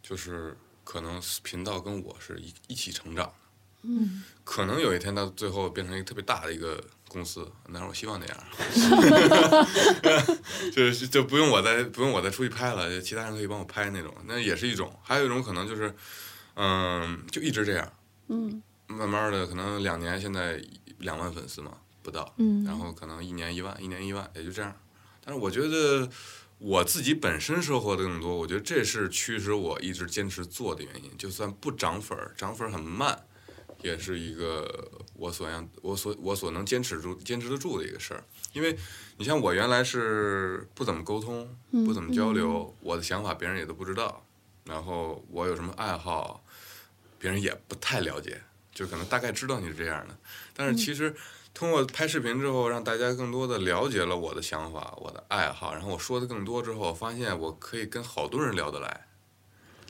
Speaker 1: 就是可能频道跟我是一一起成长的。嗯，可能有一天到最后变成一个特别大的一个公司，但是我希望那样。就是就不用我再不用我再出去拍了，就其他人可以帮我拍那种，那也是一种。还有一种可能就是，嗯，就一直这样，
Speaker 3: 嗯，
Speaker 1: 慢慢的可能两年，现在两万粉丝嘛不到，
Speaker 4: 嗯
Speaker 1: 然后可能一年一万，一年一万也就这样。但是我觉得我自己本身收获的更多，我觉得这是驱使我一直坚持做的原因。就算不涨粉儿，涨粉儿很慢，也是一个我所让我所我所能坚持住、坚持得住的一个事儿。因为你像我原来是不怎么沟通，不怎么交流，我的想法别人也都不知道，然后我有什么爱好，别人也不太了解，就可能大概知道你是这样的，但是其实。通过拍视频之后，让大家更多的了解了我的想法、我的爱好，然后我说的更多之后，发现我可以跟好多人聊得来，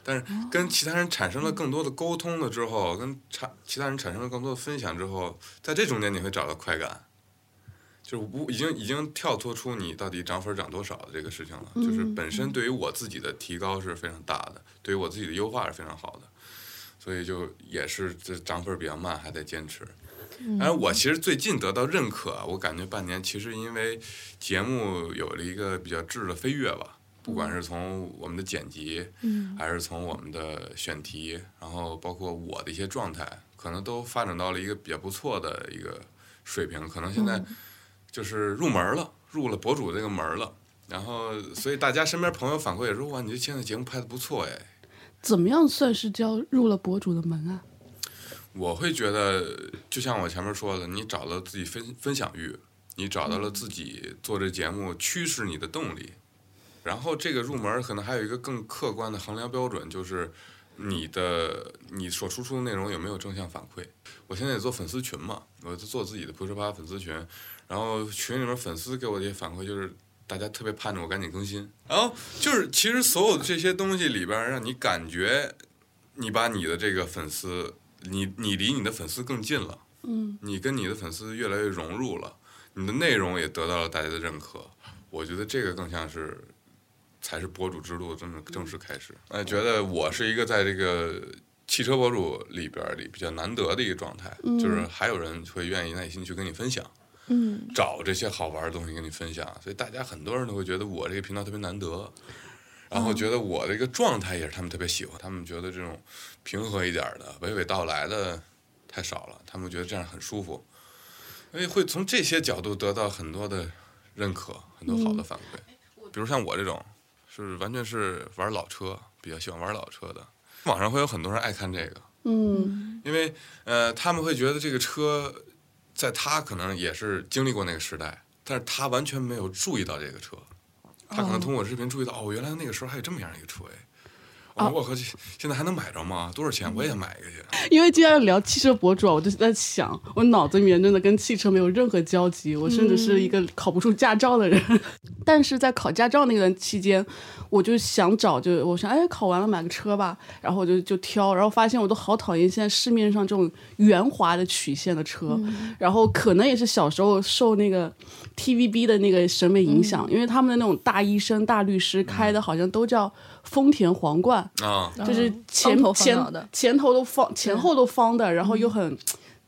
Speaker 1: 但是跟其他人产生了更多的沟通了之后，跟产其他人产生了更多的分享之后，在这中间你会找到快感，就是不已经已经跳脱出你到底涨粉涨多少的这个事情了，就是本身对于我自己的提高是非常大的，对于我自己的优化是非常好的，所以就也是这涨粉比较慢，还在坚持。但是我其实最近得到认可啊，我感觉半年其实因为节目有了一个比较质的飞跃吧，不管是从我们的剪辑，还是从我们的选题，然后包括我的一些状态，可能都发展到了一个比较不错的一个水平，可能现在就是入门了，入了博主这个门了。然后，所以大家身边朋友反馈也说：“哇，你这现在节目拍的不错哎。”
Speaker 3: 怎么样算是叫入了博主的门啊？
Speaker 1: 我会觉得，就像我前面说的，你找到自己分分享欲，你找到了自己做这节目驱使你的动力，然后这个入门可能还有一个更客观的衡量标准，就是你的你所输出的内容有没有正向反馈。我现在也做粉丝群嘛，我就做自己的扑车吧粉丝群，然后群里面粉丝给我的一些反馈就是。大家特别盼着我赶紧更新，然后就是其实所有这些东西里边儿，让你感觉你把你的这个粉丝，你你离你的粉丝更近了，嗯，你跟你的粉丝越来越融入了，你的内容也得到了大家的认可，我觉得这个更像是才是博主之路真正正式开始。哎，觉得我是一个在这个汽车博主里边儿里比较难得的一个状态，就是还有人会愿意耐心去跟你分享。
Speaker 2: 嗯，
Speaker 1: 找这些好玩的东西跟你分享，所以大家很多人都会觉得我这个频道特别难得，然后觉得我这个状态也是他们特别喜欢，他们觉得这种平和一点儿的、娓娓道来的太少了，他们觉得这样很舒服，所以会从这些角度得到很多的认可，很多好的反馈。比如像我这种，是完全是玩老车，比较喜欢玩老车的，网上会有很多人爱看这个，
Speaker 3: 嗯，
Speaker 1: 因为呃，他们会觉得这个车，在他可能也是经历过那个时代，但是他完全没有注意到这个车，他可能通过视频注意到，哦，原来那个时候还有这么样一个车哎，我说我靠，这现在还能买着吗？多少钱？我也买一个去。
Speaker 3: 因为今天要聊汽车博主啊，我就在想，我脑子里面真的跟汽车没有任何交集，我甚至是一个考不出驾照的人。 但是在考驾照那段期间，我就想找，就我想，哎，考完了买个车吧，然后我就就挑，然后发现我都好讨厌现在市面上这种圆滑的曲线的车，然后可能也是小时候受那个 TVB 的那个审美影响，因为他们的那种大医生、大律师开的好像都叫丰田皇冠，
Speaker 1: 啊，
Speaker 3: 就是前
Speaker 2: 嗯方头方脑的嗯
Speaker 3: 前前头都方，前后都方的，然后又很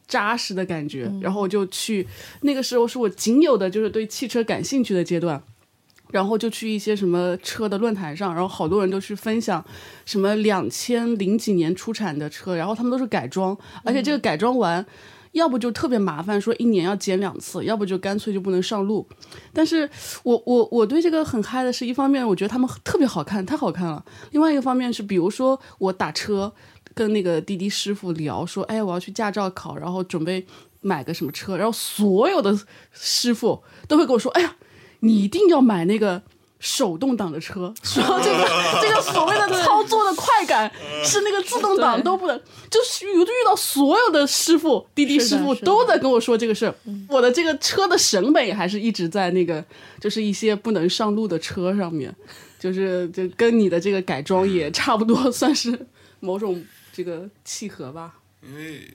Speaker 3: 扎实的感觉。然后我就去，那个时候是我仅有的就是对汽车感兴趣的阶段。然后就去一些什么车的论坛上，然后好多人都去分享什么两千零几年出产的车，然后他们都是改装，而且
Speaker 2: 嗯
Speaker 3: 这个改装完，要不就特别麻烦，说一年要检两次，要不就干脆就不能上路。但是我我我对这个很嗨的是，一方面我觉得他们特别好看，太好看了；，另外一个方面是，比如说我打车跟那个滴滴师傅聊，说，哎，我要去驾照考，然后准备买个什么车，然后所有的师傅都会跟我说，哎呀，你一定要买那个。手动挡的车，说这个这个所谓的操作的快感是那个自动挡
Speaker 2: 对
Speaker 3: 都不能，就是遇遇到所有的嗯师傅，滴滴
Speaker 2: 是
Speaker 3: 师
Speaker 2: 的
Speaker 3: 傅
Speaker 2: 是的
Speaker 3: 都在跟我说这个事儿。我的这个车的审美还是一直在那个，就是一些不能上路的车上面，就是就跟你的这个改装 也差不多，算是某种这个契合吧。
Speaker 1: 因为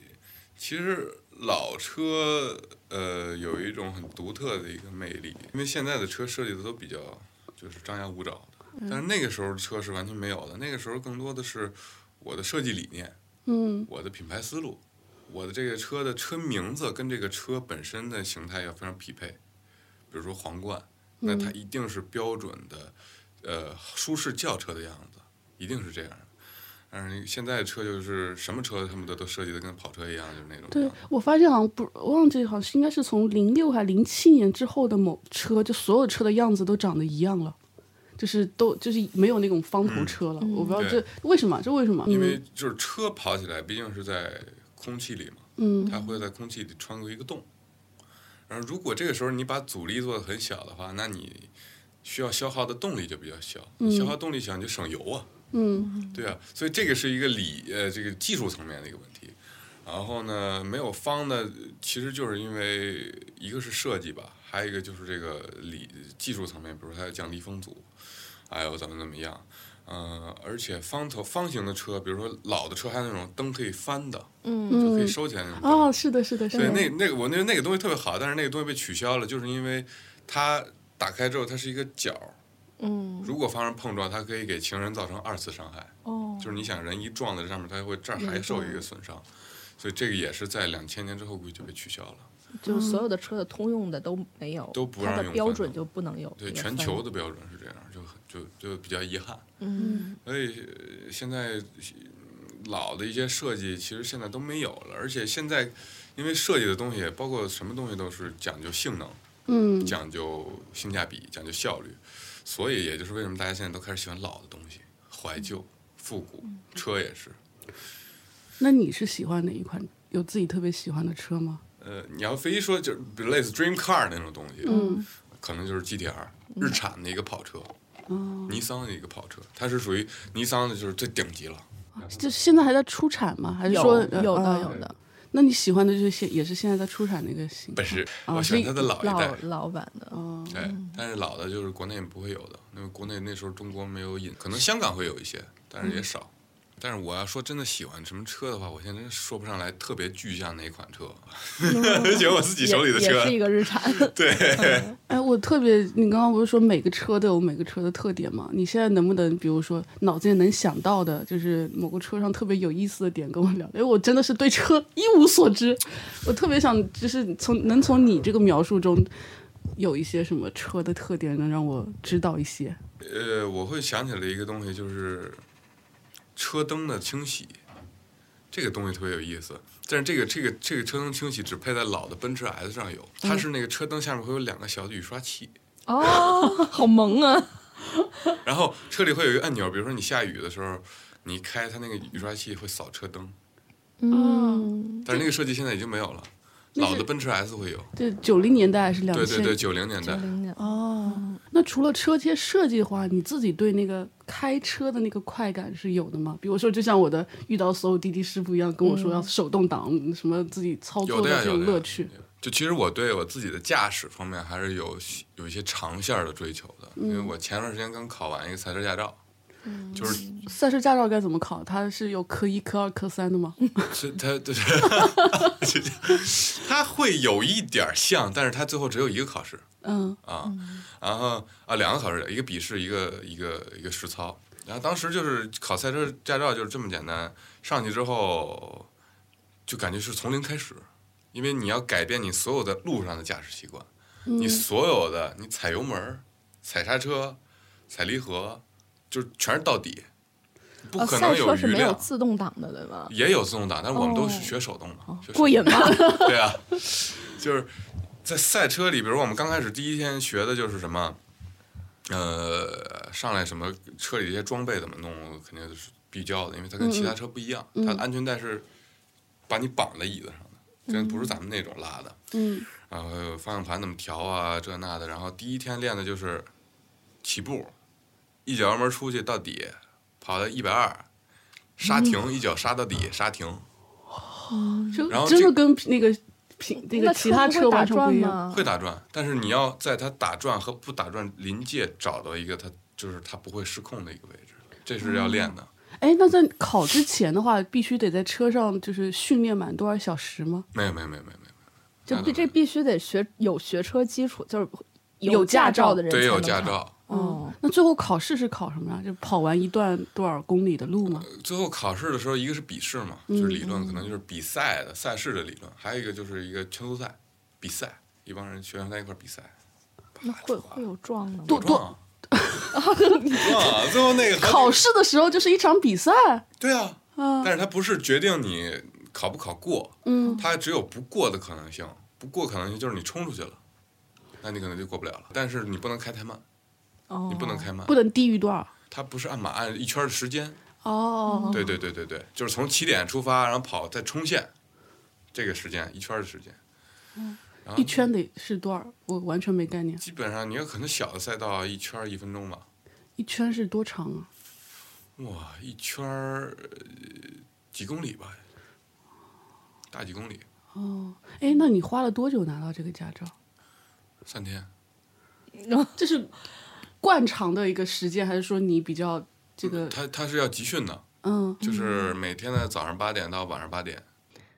Speaker 1: 其实老车呃有一种很独特的一个魅力，因为现在的车设计的都比较就是张牙舞爪的，但是那个时候的车是完全没有的。那个时候更多的是我的设计理念，
Speaker 3: 嗯，
Speaker 1: 我的品牌思路，我的这个车的车名字跟这个车本身的形态要非常匹配。比如说皇冠，那
Speaker 3: 嗯
Speaker 1: 它一定是标准的，呃，舒适轿车的样子，一定是这样的。但是现在车就是什么车，他们都都设计的跟跑车一样，就是那种
Speaker 3: 对
Speaker 1: 样子，
Speaker 3: 我发现好像不我忘记，好像是应该是从零六还零七年之后的某车，就所有车的样子都长得一样了。就是都就是没有那种方头车了，我不知道这
Speaker 1: 嗯对
Speaker 3: 为什么，这为什么？
Speaker 1: 因为就是车跑起来毕竟是在空气里嘛，
Speaker 3: 嗯
Speaker 1: 它会在空气里穿过一个洞。然后如果这个时候你把阻力做的很小的话，那你需要消耗的动力就比较小，你消耗动力小你就省油啊。
Speaker 3: 嗯
Speaker 1: 对啊，所以这个是一个理呃这个技术层面的一个问题。然后呢，没有方呢，其实就是因为一个是设计吧，还有一个就是这个理技术层面，比如它要降低风阻，还有怎么怎么样。呃，而且方头方形的车，比如说老的车，还有那种灯可以翻的，
Speaker 2: 嗯，
Speaker 1: 就可以
Speaker 3: 嗯
Speaker 1: 收起来那种灯。
Speaker 3: 啊，是的，是的，是
Speaker 1: 对，
Speaker 3: 的，
Speaker 1: 那那个我那那个东西特别好，但是那个东西被取消了，就是因为它打开之后它是一个角儿，
Speaker 2: 嗯，
Speaker 1: 如果发生碰撞，它可以给行人造成二次伤害。
Speaker 2: 哦，
Speaker 1: 就是你想人一撞在这上面，它会这儿还受一个损伤，所以这个也是在两千年之后估计就被取消了。
Speaker 2: 就是所有的车的通用的都没有，
Speaker 1: 都不
Speaker 2: 它
Speaker 1: 让
Speaker 2: 的
Speaker 1: 用
Speaker 2: 标
Speaker 1: 翻
Speaker 2: 准
Speaker 1: 的
Speaker 2: 就不能有这
Speaker 1: 对，
Speaker 2: 个
Speaker 1: 全
Speaker 2: 翻
Speaker 1: 球的标准是这样，就很就就比较遗憾。
Speaker 2: 嗯
Speaker 1: 所以呃现在嗯老的一些设计其实现在都没有了，而且现在因为设计的东西，包括什么东西都是讲究性能、
Speaker 3: 嗯，
Speaker 1: 讲究性价比、讲究效率，所以也就是为什么大家现在都开始喜欢老的东西、怀旧、复古，车也是。
Speaker 3: 那你是喜欢哪一款？有自己特别喜欢的车吗？
Speaker 1: 呃，你要非说就是比如类似 dream car 那种东西，
Speaker 3: 嗯，
Speaker 1: 可能就是 GTR，日产的一个跑车，尼桑的一个跑车，它是属于尼桑的，就是最顶级了。
Speaker 3: 就现在还在出产吗？还是
Speaker 2: 有
Speaker 3: 说
Speaker 2: 有
Speaker 3: 呃
Speaker 2: 的有的
Speaker 3: 那你喜欢的就是现也是现在在出产那个型？
Speaker 1: 不是，
Speaker 3: 哦
Speaker 1: 我喜
Speaker 3: 所以
Speaker 1: 欢它的老一代
Speaker 2: 老，老版的，
Speaker 3: 哦，
Speaker 1: 对，但是老的就是国内不会有的，因为国内那时候中国没有引，可能香港会有一些，但是也少。但是我要说真的喜欢什么车的话，我现在真说不上来特别具象哪款车， 喜欢我自己手里的
Speaker 2: 也也
Speaker 1: 车
Speaker 2: 是。一个日 产，
Speaker 3: 哎，我特别，你刚刚不是说每个车都有每个车的特点吗？你现在能不能，比如说脑子里能想到的，就是某个车上特别有意思的点，跟我聊？因为我真的是对车一无所知，我特别想，就是从能从你这个描述中有一些什么车的特点，能让我知道一些。
Speaker 1: 呃，我会想起来一个东西，就是车灯的清洗，这个东西特别有意思。但是这个这个这个车灯清洗只配在老的奔驰 S 上有，它是那个车灯下面会有两个小的雨刷器，
Speaker 2: 哦，好萌啊，
Speaker 1: 然后车里会有一个按钮，比如说你下雨的时候，你一开它那个雨刷器会扫车灯，
Speaker 2: 嗯，
Speaker 1: 但是那个设计现在已经没有了。老的奔驰 S 会有，
Speaker 3: 对，九零年代还是两
Speaker 1: 对
Speaker 3: 千？
Speaker 1: 对对，九零年代，
Speaker 2: 零点
Speaker 3: 哦，那除了车贴设计的话，你自己对那个开车的那个快感是有的吗？比如说，就像我的遇到所有滴滴师傅一样，跟我
Speaker 2: 嗯
Speaker 3: 说要手动挡，什么自己操
Speaker 1: 有
Speaker 3: 作
Speaker 1: 的呀，
Speaker 3: 这
Speaker 1: 有
Speaker 3: 种
Speaker 1: 的呀
Speaker 3: 乐趣。。
Speaker 1: 就其实我对我自己的驾驶方面还是有有一些长线儿的追求的，因为我前段时间刚考完一个赛车驾照，就是
Speaker 3: 赛车驾照该怎么考？它是有科一、科二、科三的吗？
Speaker 2: 嗯
Speaker 1: 是它 就是它会有一点儿像，但是它最后只有一个考试
Speaker 3: 嗯，
Speaker 1: 啊，然后啊两个考试，一个笔试，一个一个一个实操。然后当时就是考赛车驾照就是这么简单，上去之后就感觉是从零开始，因为你要改变你所有的路上的驾驶习惯，
Speaker 2: 嗯
Speaker 1: 你所有的你踩油门儿、踩刹车、踩离合，就是全是到底，不
Speaker 2: 哦，
Speaker 1: 可
Speaker 2: 赛
Speaker 1: 能
Speaker 2: 车
Speaker 1: 有
Speaker 2: 是
Speaker 1: 余
Speaker 2: 没有
Speaker 1: 量。
Speaker 2: 自动挡哦的，对吧？
Speaker 1: 也有自动挡，但是我们都是学手动嘛，学手动
Speaker 4: 过瘾吗？
Speaker 1: 对啊，就是在赛车里，比如我们刚开始第一天学的就是什么，呃，上来什么车里这些装备怎么弄，肯定是必教的，因为它跟其他车不一样，它的安全带是把你绑在椅子上的，跟不是咱们那种拉的。
Speaker 3: 嗯，
Speaker 1: 然后方向盘怎么调啊，这那的。然后第一天练的就是起步，一脚油门出去到底，跑到一百二，刹停，一脚刹到底，刹停。
Speaker 3: 就
Speaker 1: 然后
Speaker 3: 真
Speaker 1: 这
Speaker 3: 的跟那个平那个
Speaker 2: 嗯那
Speaker 3: 其他
Speaker 2: 车不
Speaker 3: 车
Speaker 2: 会打
Speaker 3: 完全不
Speaker 2: 转
Speaker 3: 一样。
Speaker 2: 吗？
Speaker 1: 会打转，但是你要在它打转和不打转临界找到一个它就是它不会失控的一个位置，这是要练的。
Speaker 2: 嗯
Speaker 3: 哎，那在考之前的话，必须得在车上就是训练满多少小时吗？
Speaker 1: 没有没有没有没有没有，
Speaker 2: 就
Speaker 1: 那
Speaker 2: 这
Speaker 1: 倒
Speaker 2: 这
Speaker 1: 是
Speaker 2: 必须得学有学车基础，就是
Speaker 3: 有驾
Speaker 2: 驾
Speaker 3: 照
Speaker 2: 的人
Speaker 1: 对，
Speaker 2: 才
Speaker 1: 有
Speaker 2: 能
Speaker 1: 驾
Speaker 2: 考。
Speaker 1: 照。嗯
Speaker 2: 哦，
Speaker 3: 嗯那最后考试是考什么呀？就跑完一段多少公里的路吗？
Speaker 1: 最后考试的时候，一个是笔试嘛，
Speaker 2: 嗯
Speaker 1: 就是理论，可能就是比赛的赛事的理论，还有一个就是一个圈速赛比赛，一帮人学生在一块儿比赛。
Speaker 2: 那会会有撞的吗？
Speaker 3: 多 多
Speaker 1: 撞啊！撞啊！最后那个还
Speaker 3: 考试的时候就是一场比赛。
Speaker 1: 对啊，但是它不是决定你考不考过，
Speaker 3: 嗯，
Speaker 1: 它只有不过的可能性，不过可能性就是你冲出去了，那你可能就过不了了。但是你不能开太慢，
Speaker 2: 哦
Speaker 1: 你不能开慢
Speaker 3: 不，能低于多少？
Speaker 1: 它不是按码按一圈的时间，
Speaker 3: 哦，
Speaker 1: 对对对对对，就是从起点出发，然后跑再冲线，这个时间一圈的时间，然后
Speaker 3: 嗯一圈得是多少？我完全没概念。
Speaker 1: 基本上你有可能小的赛道一圈一分钟吧，
Speaker 3: 一圈是多长啊？
Speaker 1: 哇，一圈儿呃几公里吧，大几公里，
Speaker 3: 哦，哎，那你花了多久拿到这个驾照？
Speaker 1: 三天。
Speaker 3: 这是惯常的一个时间，还是说你比较这个？
Speaker 1: 他他是要集训的，
Speaker 3: 嗯，
Speaker 1: 就是每天的早上八点到晚上八点。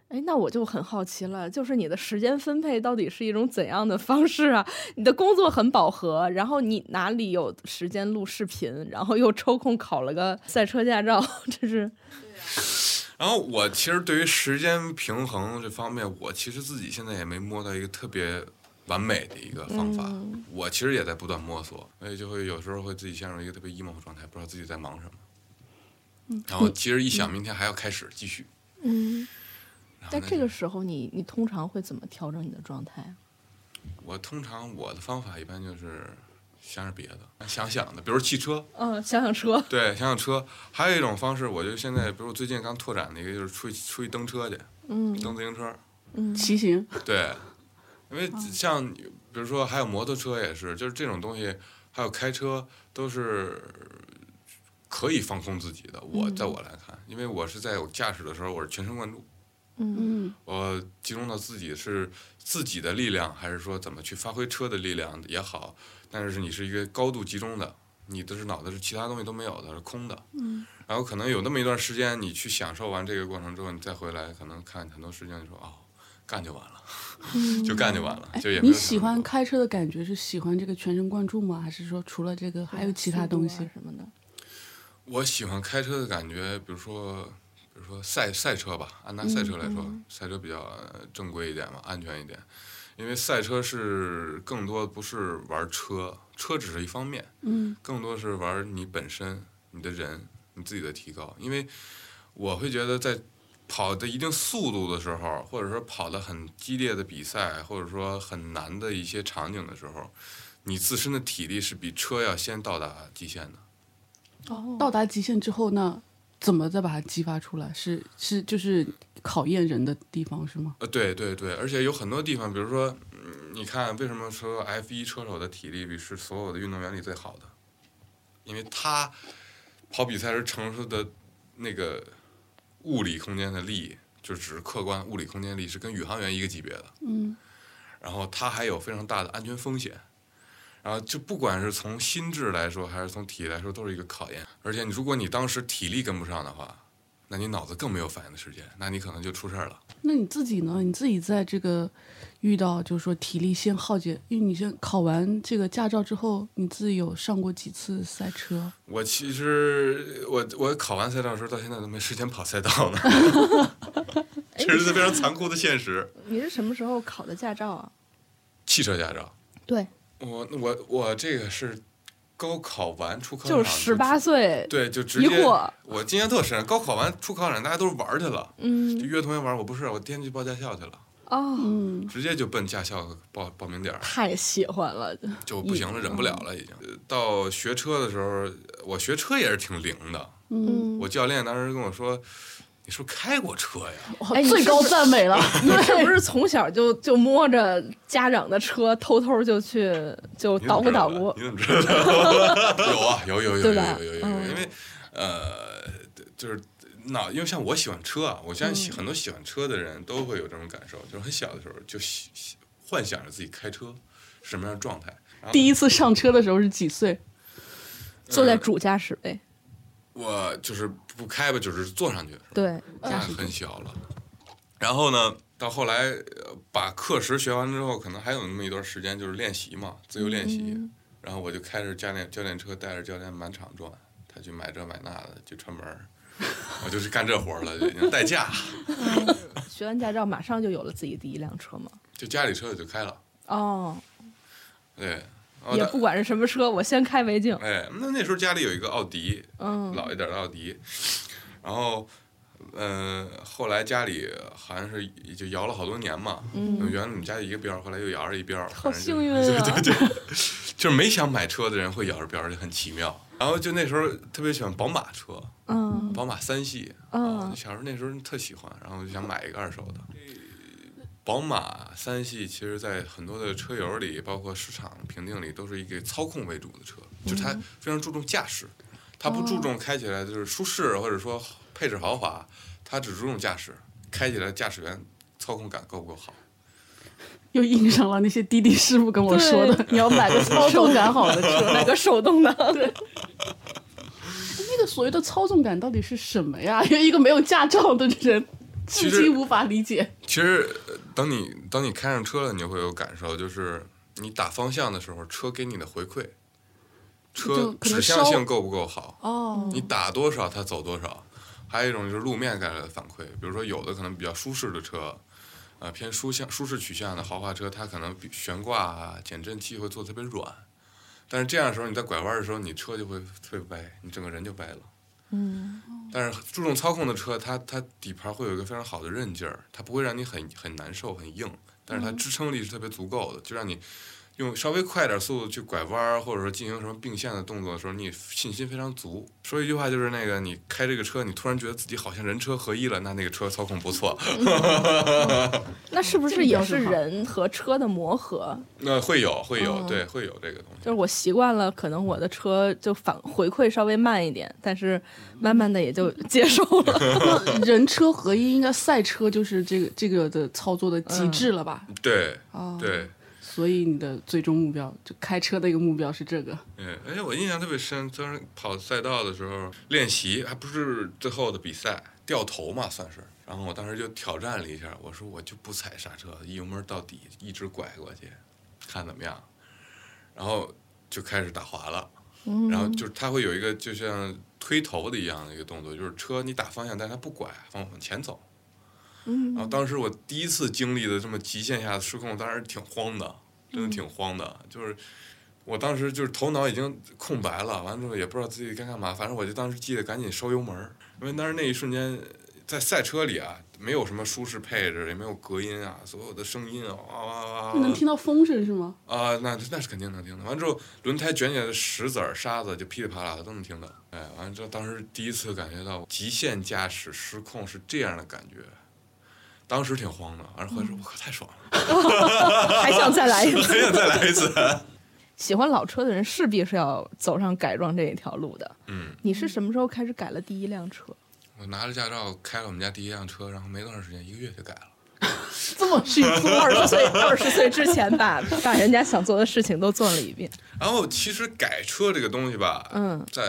Speaker 2: 哎，那我就很好奇了，就是你的时间分配到底是一种怎样的方式啊？你的工作很饱和，然后你哪里有时间录视频，然后又抽空考了个赛车驾照，这是
Speaker 1: 然后我其实对于时间平衡这方面，我其实自己现在也没摸到一个特别完美的一个方法。
Speaker 2: 嗯
Speaker 1: 我其实也在不断摸索，所以就会有时候会自己陷入一个特别 emo 的状态，不知道自己在忙什么。然后其实一想，明天还要开始继续。
Speaker 2: 嗯。
Speaker 1: 然后
Speaker 2: 在
Speaker 1: 呢
Speaker 2: 这个时候你，你通常会怎么调整你的状态啊？
Speaker 1: 我通常我的方法一般就是想点别的，想想的，比如汽车，
Speaker 2: 嗯，想想车，
Speaker 1: 对，想想车。还有一种方式，我就现在，比如我最近刚拓展的一个，就是出去出去蹬车去，
Speaker 2: 嗯
Speaker 1: 蹬自行车。
Speaker 3: 骑行。
Speaker 1: 对，因为像比如说还有摩托车也是，就是这种东西，还有开车都是可以放空自己的。我在我来看，因为我是在有驾驶的时候，我是全神贯注，
Speaker 2: 嗯
Speaker 3: 嗯，
Speaker 1: 我呃集中到自己是自己的力量，还是说怎么去发挥车的力量也好，但是你是一个高度集中的，你的是脑子是其他东西都没有的，是空的。嗯。然后可能有那么一段时间，你去享受完这个过程之后，你再回来，可能看很多事情，你说哦，干就完了， 就干就完了，就也没
Speaker 3: 哎你
Speaker 1: 有想
Speaker 3: 喜
Speaker 1: 那么
Speaker 3: 欢
Speaker 1: 多
Speaker 3: 开车的感觉是喜欢这个全神贯注吗？还是说除了这个还有其他东
Speaker 2: 速度
Speaker 3: 西
Speaker 2: 啊？什么的？
Speaker 1: 我喜欢开车的感觉，比如说，比如说赛赛车吧，按拿赛车来说，赛车比较呃正规一点嘛，安全一点。因为赛车是更多不是玩车，车只是一方面，
Speaker 3: 嗯，
Speaker 1: 更多是玩你本身、你的人、你自己的提高。因为我会觉得在跑的一定速度的时候，或者说跑的很激烈的比赛，或者说很难的一些场景的时候，你自身的体力是比车要先到达极限的。
Speaker 3: 到达极限之后呢，怎么再把它激发出来？是是就是考验人的地方是吗？
Speaker 1: 呃，对对对，而且有很多地方，比如说，嗯你看为什么说 F 一车手的体力比是所有的运动员里最好的？因为他跑比赛时承受的那个物理空间的力，就只是客观物理空间力，是跟宇航员一个级别的。
Speaker 3: 嗯，
Speaker 1: 然后他还有非常大的安全风险。然后就不管是从心智来说，还是从体力来说，都是一个考验。而且你如果你当时体力跟不上的话，那你脑子更没有反应的时间，那你可能就出事儿了。
Speaker 3: 那你自己呢？你自己在这个遇到就是说体力先耗竭，因为你先考完这个驾照之后，你自己有上过几次赛车？
Speaker 1: 我其实我我考完赛道的时候，到现在都没时间跑赛道呢， 这是非常残酷的现实。
Speaker 2: 你是什么时候考的驾照啊？
Speaker 1: 汽车驾照，
Speaker 4: 对，
Speaker 1: 我我我这个是高考完出考场
Speaker 2: 就是十八，岁，
Speaker 1: 对，就直
Speaker 2: 一
Speaker 1: 接
Speaker 2: 过。
Speaker 1: 我今年特深，高考完出考场，大家都是玩儿去了，就
Speaker 2: 嗯
Speaker 1: 约同学玩儿。我不是，我天天去报驾校去了，
Speaker 2: 哦，
Speaker 3: 嗯，
Speaker 1: 直接就奔驾校报报名点儿。
Speaker 2: 太喜欢了，
Speaker 1: 就不
Speaker 2: 嗯
Speaker 1: 行了，忍不了了，已经。呃到学车的时候，我学车也是挺灵的。
Speaker 2: 嗯，
Speaker 1: 我教练当时跟我说：“你是不是开过车呀？”
Speaker 3: 哇
Speaker 2: 哎你
Speaker 3: 最
Speaker 2: 是
Speaker 3: 高
Speaker 2: 不是
Speaker 3: 赞美了。
Speaker 2: 你是不是从小就就摸着家长的车，偷偷就去就
Speaker 1: 你怎
Speaker 2: 捣
Speaker 1: 么
Speaker 2: 鼓
Speaker 1: 知道的你怎么
Speaker 2: 捣鼓？
Speaker 1: 知道的？有啊，有有有有
Speaker 2: 对
Speaker 1: 有
Speaker 2: 吧
Speaker 1: 有有有，因为呃，就是脑，因为像我喜欢车啊，我相信很多喜欢车的人都会有这种感受，就是很小的时候就喜喜幻想着自己开车是什么样的状态。然后
Speaker 3: 第一次上车的时候是几岁？
Speaker 2: 坐在主驾驶位，
Speaker 1: 我就是不开吧，就是坐上去，
Speaker 2: 对，
Speaker 1: 那很小了。然后呢，到后来呃把课时学完之后，可能还有那么一段时间就是练习嘛，自由练习。然后我就开着教练教练车，带着教练满场转，他去买这买那的，去串门儿。我就是干这活儿了，就已经代驾，
Speaker 2: 学完驾照马上就有了自己第一辆车嘛。
Speaker 1: 就家里车我就开了。
Speaker 2: 哦，
Speaker 1: 对，
Speaker 2: 也
Speaker 1: 哦，
Speaker 2: 不管是什么车，我先开为敬。
Speaker 1: 哎，那那时候家里有一个奥迪，
Speaker 2: 嗯，
Speaker 1: 老一点的奥迪，然后，嗯、后来家里好像是就摇了好多年嘛，嗯，原来我们家一个标儿，后来又摇着一标儿，
Speaker 2: 好
Speaker 1: 反正就
Speaker 2: 幸运 啊！
Speaker 1: 就是没想买车的人会咬着标儿，就很奇妙。然后就那时候特别喜欢宝马车，
Speaker 2: 嗯，
Speaker 1: 宝马三系，
Speaker 3: 哦
Speaker 2: 嗯
Speaker 1: 啊小时候那时候特喜欢，然后我就想买一个二手的。宝马三系其实，在很多的车友里，包括市场评定里，都是一个操控为主的车，就是
Speaker 3: 嗯
Speaker 1: 它非常注重驾驶，它
Speaker 3: 哦
Speaker 1: 不注重开起来就是舒适或者说配置豪华，它只注重驾驶，开起来驾驶员操控感够不够好。
Speaker 3: 又印上了那些滴滴师傅跟我说的，你要买 个操纵感好的车。
Speaker 2: 买个手动挡。 对，
Speaker 3: 那个所谓的操纵感到底是什么呀？ 因为一个没有驾照的人，
Speaker 1: 其
Speaker 3: 至
Speaker 1: 实
Speaker 3: 今无法理解。
Speaker 1: 其实，呃等你等你开上车了，你会有感受，就是你打方向的时候，车给你的回馈，
Speaker 3: 就
Speaker 1: 车
Speaker 3: 可
Speaker 1: 指
Speaker 3: 能
Speaker 1: 向
Speaker 3: 稍
Speaker 1: 性够不够好，
Speaker 3: 哦，
Speaker 1: 你打多少它走多少。还有一种就是路面带来的反馈，比如说有的可能比较舒适的车，呃，偏舒向舒适取向的豪华车，它可能比悬挂啊、减震器会做得特别软，但是这样的时候你在拐弯的时候，你车就会特别歪，你整个人就歪了。但是注重操控的车，它它底盘会有一个非常好的韧劲儿，它不会让你很很难受、很硬，但是它支撑力是特别足够的，就让你用稍微快点速度去拐弯儿，或者说进行什么并线的动作的时候，你信心非常足。说一句话就是那个，你开这个车，你突然觉得自己好像人车合一了，那那个车操控不错，
Speaker 2: 那是不是也是人和车的磨合？
Speaker 1: 那会有会
Speaker 3: 哦
Speaker 1: 有、对会有这个东西。
Speaker 2: 就是我习惯了，可能我的车就反回馈稍微慢一点，但是慢慢的也 就接受了。
Speaker 3: 那人车合一，应该赛车就是这个这个的操作的极致了吧？
Speaker 1: 对
Speaker 3: 哦，
Speaker 1: 对，
Speaker 3: 所以你的最终目标，就开车的一个目标是这个。
Speaker 1: 嗯，而且我印象特别深，当时跑赛道的时候练习，还不是最后的比赛，掉头嘛算是。然后我当时就挑战了一下，我说我就不踩刹车，一油门到底，一直拐过去，看怎么样。然后就开始打滑了，然后就是它会有一个就像推头的一样的一个动作，就是车你打方向，但是它不拐，往往前走。然后当时我第一次经历的这么极限下的失控，当时挺慌的，真的挺慌的，就是我当时就是头脑已经空白了，完了之后也不知道自己该干嘛，反正我就当时记得赶紧收油门儿，因为当时那一瞬间在赛车里啊，没有什么舒适配置，也没有隔音啊，所有的声音啊，哇哇哇哇
Speaker 3: 能听到风声 是吗？
Speaker 1: 啊，那那是肯定能听的。完之后，轮胎卷起来的石子儿、沙子就噼里啪啦的都能听到。哎，完之后，当时第一次感觉到极限驾驶失控是这样的感觉，当时挺慌的。完了回来说，我靠，太爽了，
Speaker 2: 还想再来一次。
Speaker 1: 很想再来一次。
Speaker 2: 喜欢老车的人势必是要走上改装这一条路的。
Speaker 1: 嗯，
Speaker 2: 你是什么时候开始改了第一辆车？
Speaker 1: 我拿着驾照开了我们家第一辆车，然后没多长时间，一个月就改了。
Speaker 3: 这么迅速，
Speaker 2: 二十岁，二十岁之前把把人家想做的事情都做了一遍。
Speaker 1: 然后其实改车这个东西吧，
Speaker 2: 嗯
Speaker 1: 在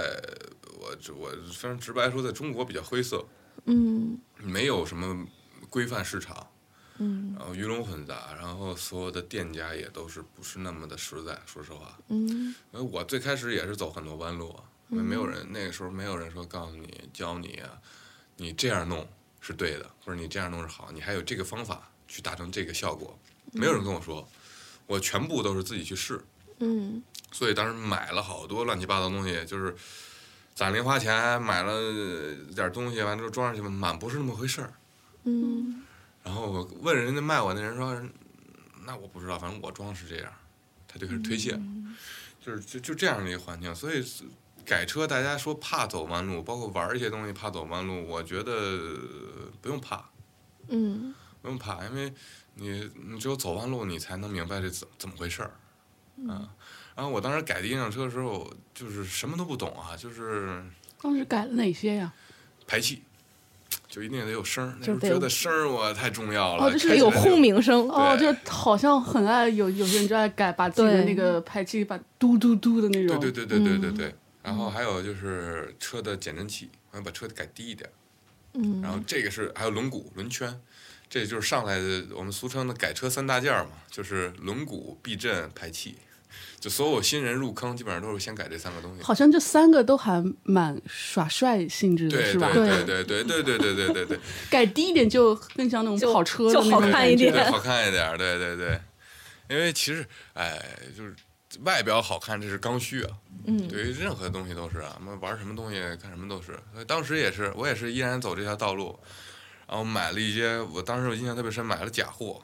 Speaker 1: 我我非常直白说，在中国比较灰色，
Speaker 2: 嗯
Speaker 1: 没有什么规范市场，
Speaker 2: 嗯
Speaker 1: 然后鱼龙混杂，然后所有的店家也都是不是那么的实在，说实话。
Speaker 2: 嗯
Speaker 1: 因为呃我最开始也是走很多弯路啊，因为没有人那个时候没有人说告诉你教你啊，你这样弄是对的，或者你这样弄是好，你还有这个方法去达成这个效果，没有人跟我说，我全部都是自己去试。
Speaker 2: 嗯
Speaker 1: 所以当时买了好多乱七八糟东西，就是攒零花钱买了点东西，完之后装上去，满不是那么回事儿。
Speaker 2: 嗯，
Speaker 1: 然后我问人家卖我那人说，嗯那我不知道，反正我装是这样，他就开始推卸，就是就就这样的一个环境，所以是改车大家说怕走弯路，包括玩一些东西怕走弯路，我觉得呃不用怕，
Speaker 2: 嗯
Speaker 1: 不用怕，因为你你只有走弯路，你才能明白这怎怎么回事儿，啊。然后我当时改第一辆车的时候，就是什么都不懂啊，就是
Speaker 3: 当时改了哪些呀？
Speaker 1: 排气，就一定得有声儿。那时
Speaker 2: 就
Speaker 1: 候
Speaker 2: 得
Speaker 1: 觉得声儿我太重要了，
Speaker 3: 哦就是
Speaker 1: 开
Speaker 2: 得
Speaker 1: 起
Speaker 2: 有
Speaker 1: 来就
Speaker 2: 轰鸣声。
Speaker 3: 哦，
Speaker 1: 对
Speaker 3: 就好像很爱有有些人就爱改，把自己的
Speaker 2: 对
Speaker 3: 那个排气把嘟嘟嘟的那种。
Speaker 1: 对对对对对对对。然后还有就是车的减震器，我要把车改低一点。
Speaker 2: 嗯
Speaker 1: 然后这个是还有轮毂、轮圈，这就是上来的我们俗称的改车三大件儿嘛，就是轮毂、避震、排气。就所有新人入坑，基本上都是先改这三个东西。
Speaker 3: 好像这三个都还蛮耍帅性质的，
Speaker 1: 对
Speaker 3: 是吧？
Speaker 1: 对对对对对对对对对对，
Speaker 3: 改低一点就更像那种跑车的
Speaker 2: 就
Speaker 3: 那种
Speaker 2: 好看
Speaker 3: 感觉
Speaker 2: 一点
Speaker 1: 对好看一点儿，对对对。因为其实，哎，就是外表好看，这是刚需啊。
Speaker 2: 嗯
Speaker 1: 对于任何东西都是啊，那玩什么东西干什么都是。所以当时也是，我也是依然走这条道路，然后买了一些，我当时我印象特别深，买了假货，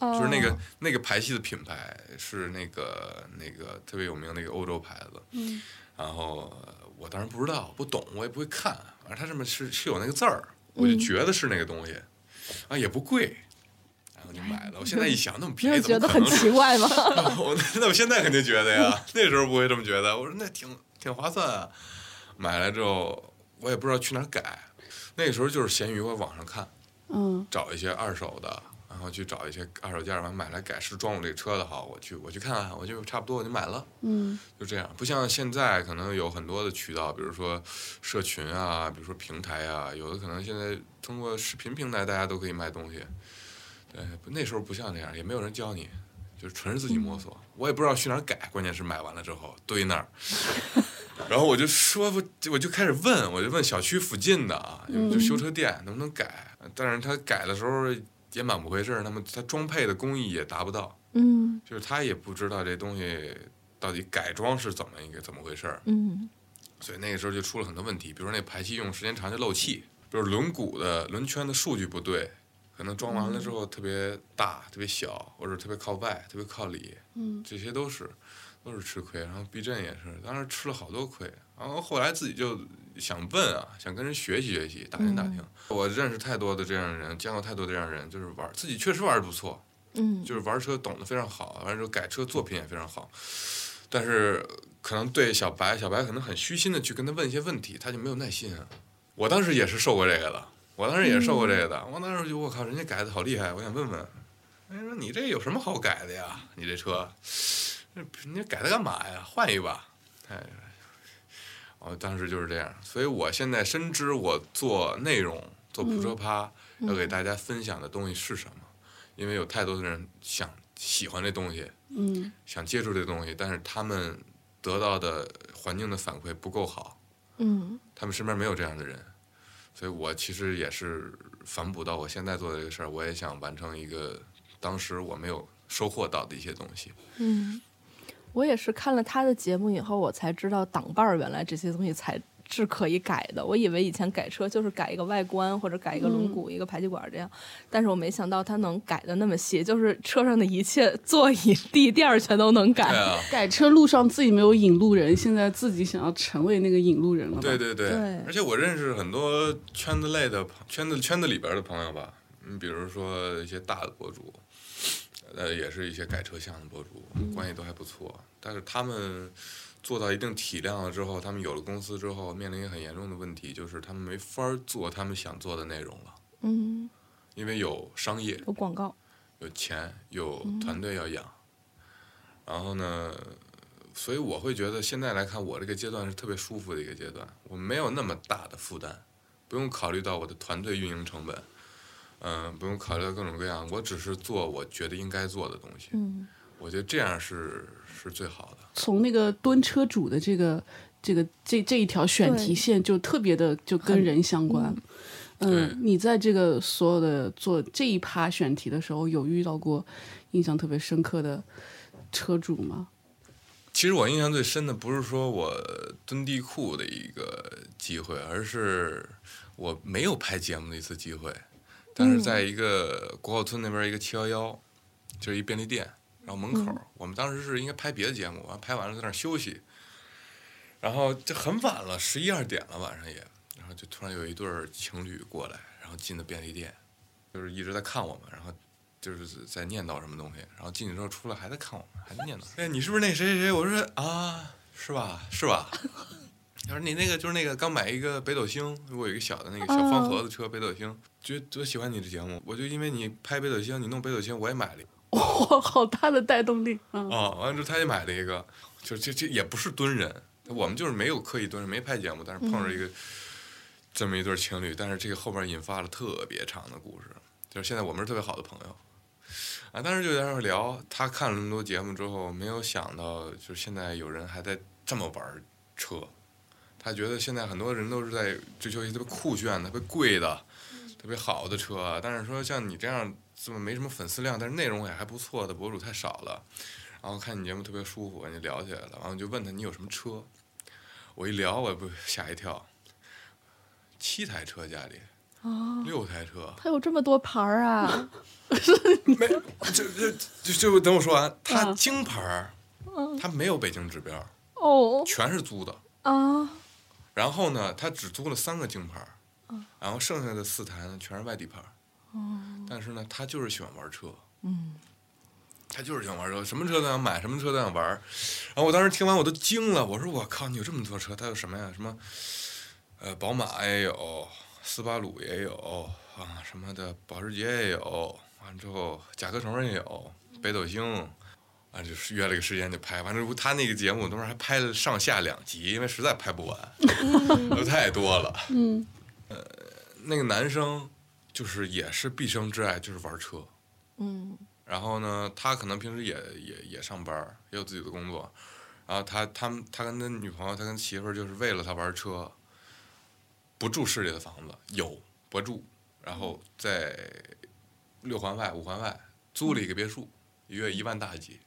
Speaker 2: 哦
Speaker 1: 就是那个那个排气的品牌是那个那个特别有名的那个欧洲牌子，
Speaker 3: 嗯
Speaker 1: 然后呃我当时不知道，不懂，我也不会看，反正它上面是是有那个字儿，我
Speaker 2: 嗯
Speaker 1: 就觉得是那个东西，啊也不贵，然后就买了。我现在一想，那么
Speaker 2: 你
Speaker 1: 便
Speaker 2: 有
Speaker 1: 宜，怎
Speaker 2: 觉
Speaker 1: 么
Speaker 2: 得
Speaker 1: 可
Speaker 2: 很
Speaker 1: 能是？
Speaker 2: 奇怪吗？
Speaker 1: 我那那我现在肯定觉得呀，那时候不会这么觉得。我说那挺挺划算啊，买来之后我也不知道去哪儿改，那个时候就是闲鱼或网上看，
Speaker 3: 嗯，
Speaker 1: 找一些二手的，然后去找一些二手件儿，完买来改是装我这个车的好，我去我去看看，我就差不多我就买了。
Speaker 3: 嗯，
Speaker 1: 就这样，不像现在可能有很多的渠道，比如说社群啊，比如说平台啊，有的可能现在通过视频平台大家都可以卖东西。对，不那时候不像那样，也没有人教你，就是纯是自己摸索。我也不知道去哪儿改，关键是买完了之后堆那儿， 然后我就说不，我就开始问，我就问小区附近的啊，就修车店能不能改，但是他改的时候也蛮不回事儿，那么他装配的工艺也达不到。
Speaker 2: 嗯
Speaker 1: 就是他也不知道这东西到底改装是怎么一个怎么回事儿，
Speaker 2: 嗯
Speaker 1: 所以那个时候就出了很多问题，比如说那排气用时间长就漏气，比如轮毂的轮圈的数据不对，可能装完了之后特别大、特别小，或者特别靠外、特别靠里，
Speaker 3: 嗯，
Speaker 1: 这些都是都是吃亏。然后避震也是，当时吃了好多亏。然后后来自己就想问啊，想跟人学习学习，打听打听。我认识太多的这样的人，见过太多这样的人，就是玩自己确实玩的不错，
Speaker 2: 嗯
Speaker 1: 就是玩车懂得非常好，完了之后改车作品也非常好，但是可能对小白，小白可能很虚心的去跟他问一些问题，他就没有耐心啊。我当时也是受过这个的，我当时也是受过这个的，我当时就我靠，人家改的好厉害，我想问问，哎，说你这有什么好改的呀？你这车，那你改它干嘛呀？换一把，哎。我当时就是这样，所以我现在深知我做内容、做普车趴、要给大家分享的东西是什么。因为有太多的人想喜欢这东西，
Speaker 3: 嗯，
Speaker 1: 想接触这东西，但是他们得到的环境的反馈不够好，
Speaker 2: 嗯
Speaker 1: 他们身边没有这样的人，所以我其实也是反哺到我现在做的这个事儿，我也想完成一个当时我没有收获到的一些东西。
Speaker 2: 嗯，我也是看了他的节目以后，我才知道挡把儿原来这些东西才是可以改的。我以为以前改车就是改一个外观或者改一个轮毂、一个排气管这样，但是我没想到它能改的那么细，就是车上的一切座椅、地垫儿全都能改。
Speaker 1: 对啊，
Speaker 3: 改车路上自己没有引路人，现在自己想要成为那个引路人了吧。
Speaker 1: 对对对，
Speaker 2: 对
Speaker 1: 而且我认识很多圈子类的朋圈子圈子里边的朋友吧，你比如说一些大的博主，呃，也是一些改车项的博主，
Speaker 3: 嗯
Speaker 1: 关系都还不错。但是他们做到一定体量了之后，他们有了公司之后，面临一个很严重的问题，就是他们没法儿做他们想做的内容了，
Speaker 2: 嗯，
Speaker 1: 因为有商业，
Speaker 2: 有广告。
Speaker 1: 有钱，有团队要养，然后呢，所以我会觉得现在来看，我这个阶段是特别舒服的一个阶段，我没有那么大的负担，不用考虑到我的团队运营成本，嗯、不用考虑到各种各样，我只是做我觉得应该做的东西，
Speaker 2: 嗯
Speaker 1: 我觉得这样是是最好的。
Speaker 3: 从那个蹲车主的这个这个这这一条选题线，就特别的就跟人相关。嗯，
Speaker 1: 对
Speaker 3: 你在这个所有的做这一趴选题的时候，有遇到过印象特别深刻的车主吗？
Speaker 1: 其实我印象最深的不是说我蹲地库的一个机会，而是我没有拍节目的一次机会，但是在一个国后村那边一个七幺幺，就是一便利店，然后门口、我们当时是应该拍别的节目，完拍完了在那儿休息，然后这很晚了，十一二点了晚上也，然后就突然有一对儿情侣过来，然后进的便利店，就是一直在看我们，然后就是在念叨什么东西，然后进去之后出来还在看我们，还在念叨。哎，你是不是那谁谁谁？我说啊，是吧？是吧？ 他说你那个就是那个刚买一个北斗星，我有一个小的那个小方盒子车北斗星，觉得多喜欢你这节目，我就因为你拍北斗星，你弄北斗星，我也买了一个。
Speaker 3: 哇，好大的带动力！嗯，
Speaker 1: 啊，完了之后他也买了一个，就这这也不是蹲人，我们就是没有刻意蹲人，没拍节目，但是碰着一个、这么一对情侣，但是这个后边引发了特别长的故事，就是现在我们是特别好的朋友。啊，当时就在那儿聊，他看了那么多节目之后，没有想到，就是现在有人还在这么玩车，他觉得现在很多人都是在追求一些特别酷炫的、特别贵的、特别好的车啊，但是说像你这样这么没什么粉丝量，但是内容也还不错的博主太少了，然后看你节目特别舒服，就聊起来了。完了就问他你有什么车，我一聊我也不吓一跳，七台车家里，六台车，
Speaker 2: 它有这么多牌儿啊！
Speaker 1: 没就就就就等我说完，他
Speaker 3: 嗯
Speaker 1: 京牌儿，他没有北京指标，
Speaker 2: 哦
Speaker 1: 全是租的。
Speaker 2: 啊，
Speaker 1: 然后呢，他只租了三个京牌儿，然后剩下的四台呢全是外地牌儿。但是呢，他就是喜欢玩车，嗯，他就是喜欢玩车，什么车都想买，什么车都想玩儿。然后我当时听完我都惊了，我说我靠，你有这么多车，他有什么呀？什么，呃，宝马也有，斯巴鲁也有啊，什么的，保时捷也有，完之后甲壳虫也有，北斗星。啊，就是约了个时间就拍，完了之后他那个节目，当时还拍了上下两集，因为实在拍不完，都呃太多了。嗯，呃，那个男生就是也是毕生挚爱，就是玩车。
Speaker 2: 嗯，
Speaker 1: 然后呢，他可能平时也也也上班儿，也有自己的工作。然后他他们他跟他女朋友，他跟媳妇儿就是为了他玩车，不住市里的房子，有不住，然后在六环外、五环外租了一个别墅，一月一万大几，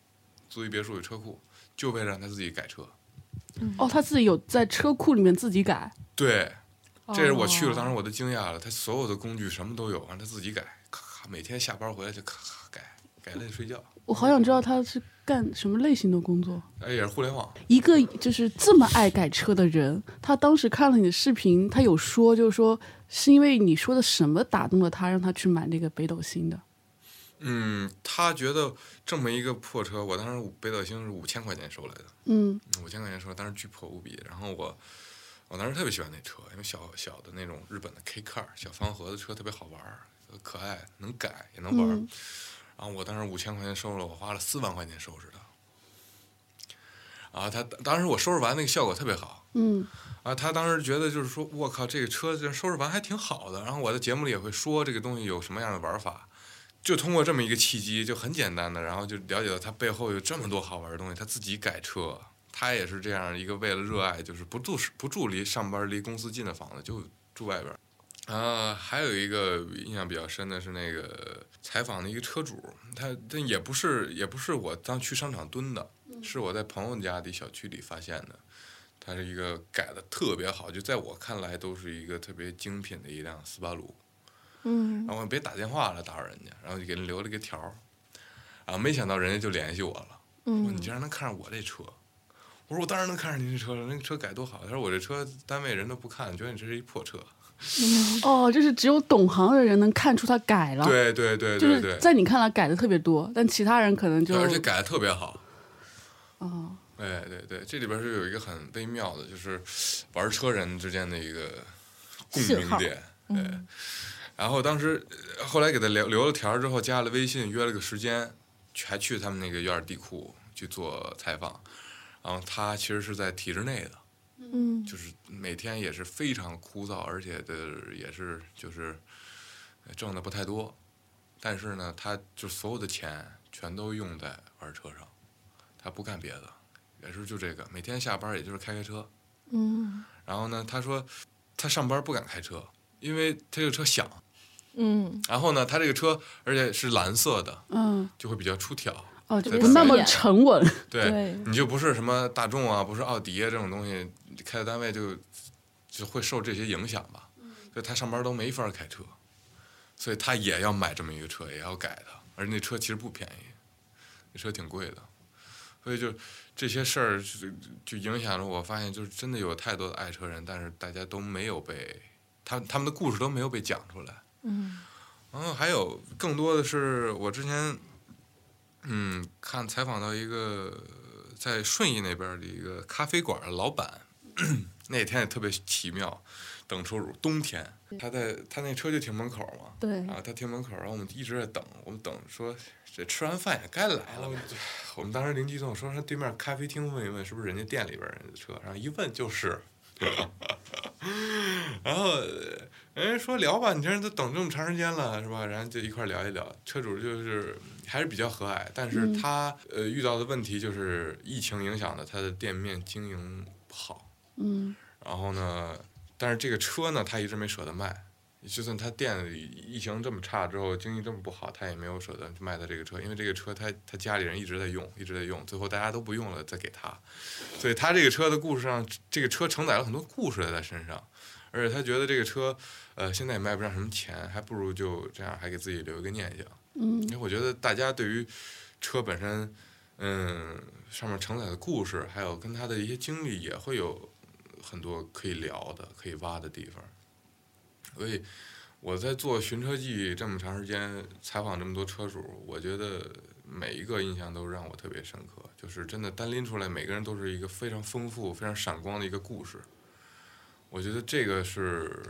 Speaker 1: 租一别墅有车库，就为了让他自己改车。
Speaker 3: 哦，他自己有在车库里面自己改，
Speaker 1: 对，
Speaker 2: 哦
Speaker 1: 这是我去了，当时我都惊讶了，他所有的工具什么都有，完他自己改，咔咔，每天下班回来就咔咔改，改累睡觉。
Speaker 3: 我好想知道他是干什么类型的工作。
Speaker 1: 哎，也是互联网，
Speaker 3: 一个就是这么爱改车的人，他当时看了你的视频，他有说，就是说是因为你说的什么打动了他，让他去买那个北斗星的。
Speaker 1: 嗯，他觉得这么一个破车，我当时北斗星是五千块钱收来的，
Speaker 3: 嗯
Speaker 1: 五千块钱收，当时巨破无比。然后我，我当时特别喜欢那车，因为小小的那种日本的 K car 小方盒子车特别好玩儿，可爱，能改也能玩儿。
Speaker 3: 嗯
Speaker 1: 然后我当时五千块钱收了，我花了四万块钱收拾它。啊，他当时我收拾完那个效果特别好，
Speaker 3: 嗯
Speaker 1: 啊，他当时觉得就是说，我靠，这个车这收拾完还挺好的。然后我在节目里也会说这个东西有什么样的玩法，就通过这么一个契机，就很简单的，然后就了解到他背后有这么多好玩的东西。他自己改车，他也是这样一个为了热爱，就是不住不住离上班离公司近的房子，就住外边儿。啊，还有一个印象比较深的是那个采访的一个车主，他但也不是也不是我当去商场蹲的，是我在朋友家的一小区里发现的。它是一个改的特别好，就在我看来都是一个特别精品的一辆斯巴鲁。
Speaker 4: 嗯，
Speaker 1: 然后我别打电话了，打扰人家，然后就给人留了个条儿，然后没想到人家就联系我了，说
Speaker 3: 嗯
Speaker 1: 你竟然能看上我这车，我说我当然能看上您这车了，那个车改多好，他说我这车单位人都不看，觉得你这是一破车，
Speaker 3: 哦，就是只有懂行的人能看出他改了，
Speaker 1: 对对对对
Speaker 3: 啊就是
Speaker 1: 对，
Speaker 3: 在你看来改的特别多，但其他人可能就
Speaker 1: 而且改的特别好，
Speaker 3: 哦，
Speaker 1: 哎对对，这里边是有一个很微妙的，就是玩车人之间的一个共
Speaker 4: 信
Speaker 1: 鸣
Speaker 4: 号
Speaker 1: 点，对。然后当时呃后来给他留留了条儿之后，加了微信，约了个时间，还去他们那个院儿地库去做采访。然后他其实是在体制内的，
Speaker 4: 嗯
Speaker 1: 就是每天也是非常枯燥，而且的也是就是呃挣的不太多，但是呢，他就所有的钱全都用在玩车上，他不干别的，也是就这个，每天下班也就是开开车。
Speaker 4: 嗯
Speaker 1: 然后呢，他说他上班不敢开车，因为他这个车响。
Speaker 4: 嗯，
Speaker 1: 然后呢，他这个车而且是蓝色的，
Speaker 3: 嗯，
Speaker 1: 就会比较出挑。
Speaker 3: 哦，就
Speaker 1: 对
Speaker 3: 不那
Speaker 1: 对
Speaker 3: 么
Speaker 4: 对
Speaker 3: 沉稳，
Speaker 1: 对，
Speaker 2: 对
Speaker 1: 你就不是什么大众啊，不是奥迪啊这种东西，开的单位就就会受这些影响吧。所以他上班都没法开车，所以他也要买这么一个车，也要改它。而那车其实不便宜，那车挺贵的。所以就这些事儿就就影响了我，发现就是真的有太多的爱车人，但是大家都没有被他他们的故事都没有被讲出来。嗯，然后还有更多的是我之前嗯看采访到一个在顺义那边的一个咖啡馆的老板， 那天也特别奇妙，等车主冬天，他在他那车就停门口嘛，
Speaker 4: 对
Speaker 1: 然，后他停门口，然后我们一直在等，我们等说这吃完饭也该来了。我们当时灵机一动，说上对面咖啡厅问一问，是不是人家店里边人的车？然后一问就是， 然后人家哎说聊吧，你这人都等这么长时间了，是吧？然后就一块儿聊一聊。车主就是还是比较和蔼，但是他、呃遇到的问题就是疫情影响的，他的店面经营不好。
Speaker 3: 嗯，
Speaker 1: 然后呢，但是这个车呢，他一直没舍得卖。就算他店里疫情这么差之后，经济这么不好，他也没有舍得卖他这个车，因为这个车他他家里人一直在用，一直在用，最后大家都不用了再给他，所以他这个车的故事上，这个车承载了很多故事在他身上，而且他觉得这个车，呃，现在也卖不上什么钱，还不如就这样，还给自己留一个念想。
Speaker 3: 嗯
Speaker 1: 因为我觉得大家对于车本身，嗯，上面承载的故事，还有跟他的一些经历，也会有很多可以聊的、可以挖的地方。所以我在做《寻车记》这么长时间，采访这么多车主，我觉得每一个印象都让我特别深刻。就是真的单拎出来，每个人都是一个非常丰富、非常闪光的一个故事。我觉得这个是，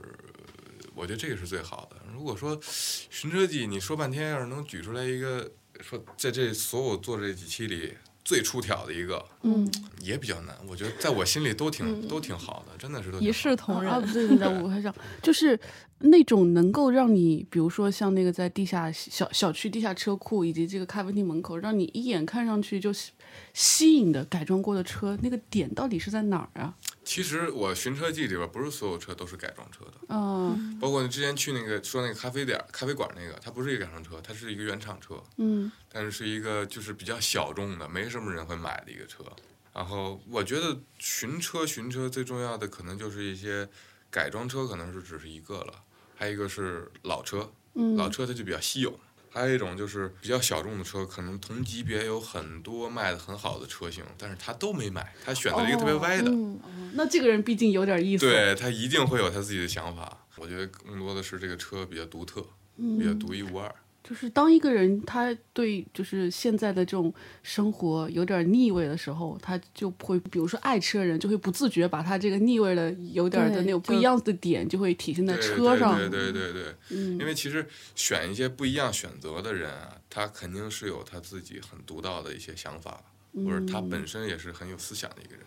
Speaker 1: 我觉得这个是最好的。如果说寻车记，你说半天，要是能举出来一个，说在这所有做这几期里最出挑的一个，
Speaker 3: 嗯，
Speaker 1: 也比较难。我觉得在我心里都挺都挺好的，真的是都挺
Speaker 2: 一
Speaker 1: 好
Speaker 2: 视同
Speaker 3: 啊，
Speaker 2: 仁，
Speaker 3: 不对对对，我还想就是那种能够让你，比如说像那个在地下小小区地下车库以及这个咖啡厅门口，让你一眼看上去就吸吸引的改装过的车，那个点到底是在哪儿啊？
Speaker 1: 其实我寻车记里边不是所有车都是改装车的，
Speaker 3: 嗯
Speaker 1: 包括你之前去那个说那个咖啡点儿咖啡馆那个，它不是一个改装车，它是一个原厂车，
Speaker 3: 嗯
Speaker 1: 但是是一个就是比较小众的，没什么人会买的一个车。然后我觉得寻车寻车最重要的可能就是一些改装车，可能是只是一个了，还有一个是老车，
Speaker 3: 嗯，
Speaker 1: 老车它就比较稀有。还有一种就是比较小众的车，可能同级别有很多卖的很好的车型，但是他都没买，他选择了一个特别
Speaker 3: 哦
Speaker 1: 歪的。
Speaker 4: 嗯
Speaker 3: 那这个人毕竟有点意思，，
Speaker 1: 对他一定会有他自己的想法。我觉得更多的是这个车比较独特，
Speaker 3: 嗯
Speaker 1: 比较独一无二。
Speaker 3: 就是当一个人他对就是现在的这种生活有点腻味的时候，他就会，比如说爱车人就会不自觉把他这个腻味的有点的
Speaker 4: 对
Speaker 3: 那种不
Speaker 4: 就
Speaker 3: 一样的点，就会体现在
Speaker 1: 对
Speaker 3: 车上。
Speaker 1: 对对对对对，
Speaker 3: 嗯
Speaker 1: 因为其实选一些不一样选择的人啊，他肯定是有他自己很独到的一些想法，或者
Speaker 3: 嗯
Speaker 1: 他本身也是很有思想的一个人，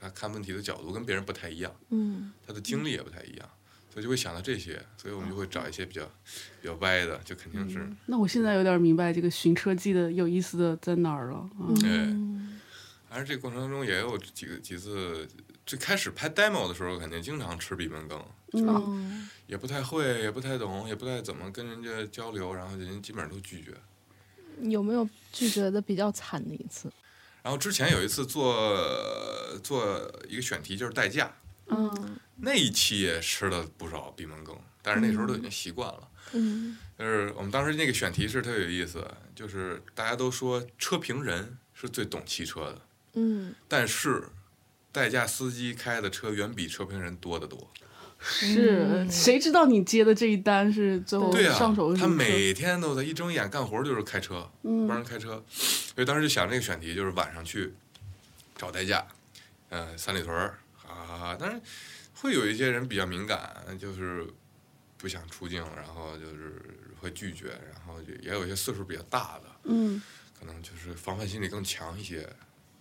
Speaker 1: 他看问题的角度跟别人不太一样，
Speaker 4: 嗯
Speaker 1: 他的经历也不太一样。所以就会想到这些，所以我们就会找一些比较比较歪的，就肯定是，
Speaker 3: 那我现在有点明白这个寻车记的有意思的在哪儿了。嗯
Speaker 4: 嗯
Speaker 1: 而这个过程当中也有几个几次，最开始拍 demo 的时候，肯定经常吃闭门羹，
Speaker 3: 嗯
Speaker 4: 嗯
Speaker 1: 也不太会，也不太懂，也不太怎么跟人家交流，然后人家基本上都拒绝。
Speaker 2: 有没有拒绝的比较惨的一次？
Speaker 1: 然后之前有一次做做一个选题就是代驾，
Speaker 3: 啊
Speaker 2: 嗯
Speaker 1: 那一期也吃了不少闭门羹，但是那时候都已经习惯了。
Speaker 2: 嗯
Speaker 1: 就是我们当时那个选题是特别有意思，就是大家都说车评人是最懂汽车的，
Speaker 2: 嗯，
Speaker 1: 但是代驾司机开的车远比车评人多得多。
Speaker 3: 是，谁知道你接的这一单是最后
Speaker 1: 对呀、
Speaker 3: 上手是
Speaker 1: 他
Speaker 3: 什么车
Speaker 1: 每天都在一睁眼干活就是开车，
Speaker 3: 嗯
Speaker 1: 帮人开车。所以当时就想这个选题，就是晚上去找代驾，嗯、三里屯儿啊，但是会有一些人比较敏感，就是不想出镜，然后就是会拒绝，然后就也有一些岁数比较大的，
Speaker 3: 嗯
Speaker 1: 可能就是防范心理更强一些，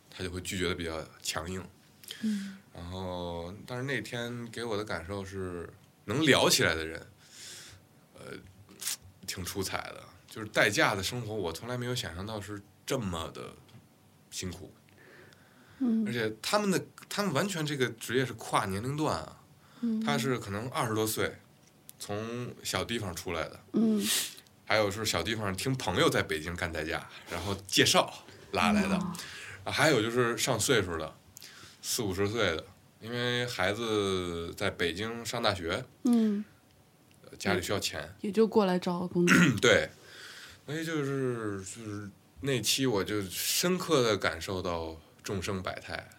Speaker 1: 他就会拒绝的比较强硬。然后，但是那天给我的感受是，能聊起来的人，呃，挺出彩的。就是代驾的生活，我从来没有想象到是这么的辛苦，而
Speaker 3: 嗯
Speaker 1: 且他们的他们完全这个职业是跨年龄段啊，他是可能二十多岁从小地方出来的，
Speaker 3: 嗯
Speaker 1: 还有是小地方听朋友在北京干代驾，然后介绍拉来的，啊还有就是上岁数的，四五十岁的，因为孩子在北京上大学，
Speaker 3: 嗯，
Speaker 1: 呃家里需要钱，嗯
Speaker 3: 也就过来找工作。
Speaker 1: 对，所以就是就是那期我就深刻的感受到众生百态。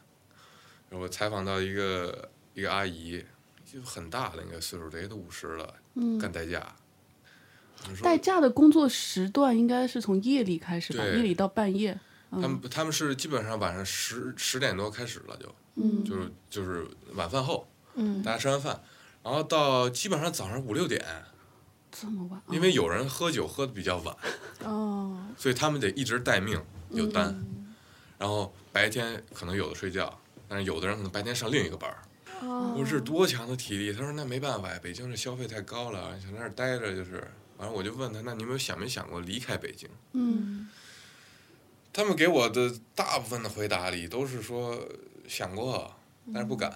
Speaker 1: 我采访到一个一个阿姨，就很大了，应该岁数得也都五十了，
Speaker 3: 嗯，
Speaker 1: 干代驾。我说
Speaker 3: 代驾的工作时段应该是从夜里开始吧，
Speaker 1: 对
Speaker 3: 夜里到半夜。
Speaker 1: 他
Speaker 3: 嗯
Speaker 1: 们他们是基本上晚上十十点多开始了就，
Speaker 3: 嗯
Speaker 1: 就是就是晚饭后，
Speaker 2: 嗯
Speaker 1: 大家吃完饭，然后到基本上早上五六点，
Speaker 3: 这么晚啊，
Speaker 1: 因为有人喝酒喝的比较晚，
Speaker 3: 哦，
Speaker 1: 所以他们得一直待命有单，
Speaker 3: 嗯
Speaker 1: 然后白天可能有的睡觉，但是有的人可能白天上另一个
Speaker 3: 哦
Speaker 1: 班儿。我说这多强的体力！他说那没办法呀，北京这消费太高了，想在那儿待着就是。完了我就问他，那你有没有想没想过离开北京？
Speaker 3: 嗯
Speaker 1: 他们给我的大部分的回答里都是说想过，但是不敢。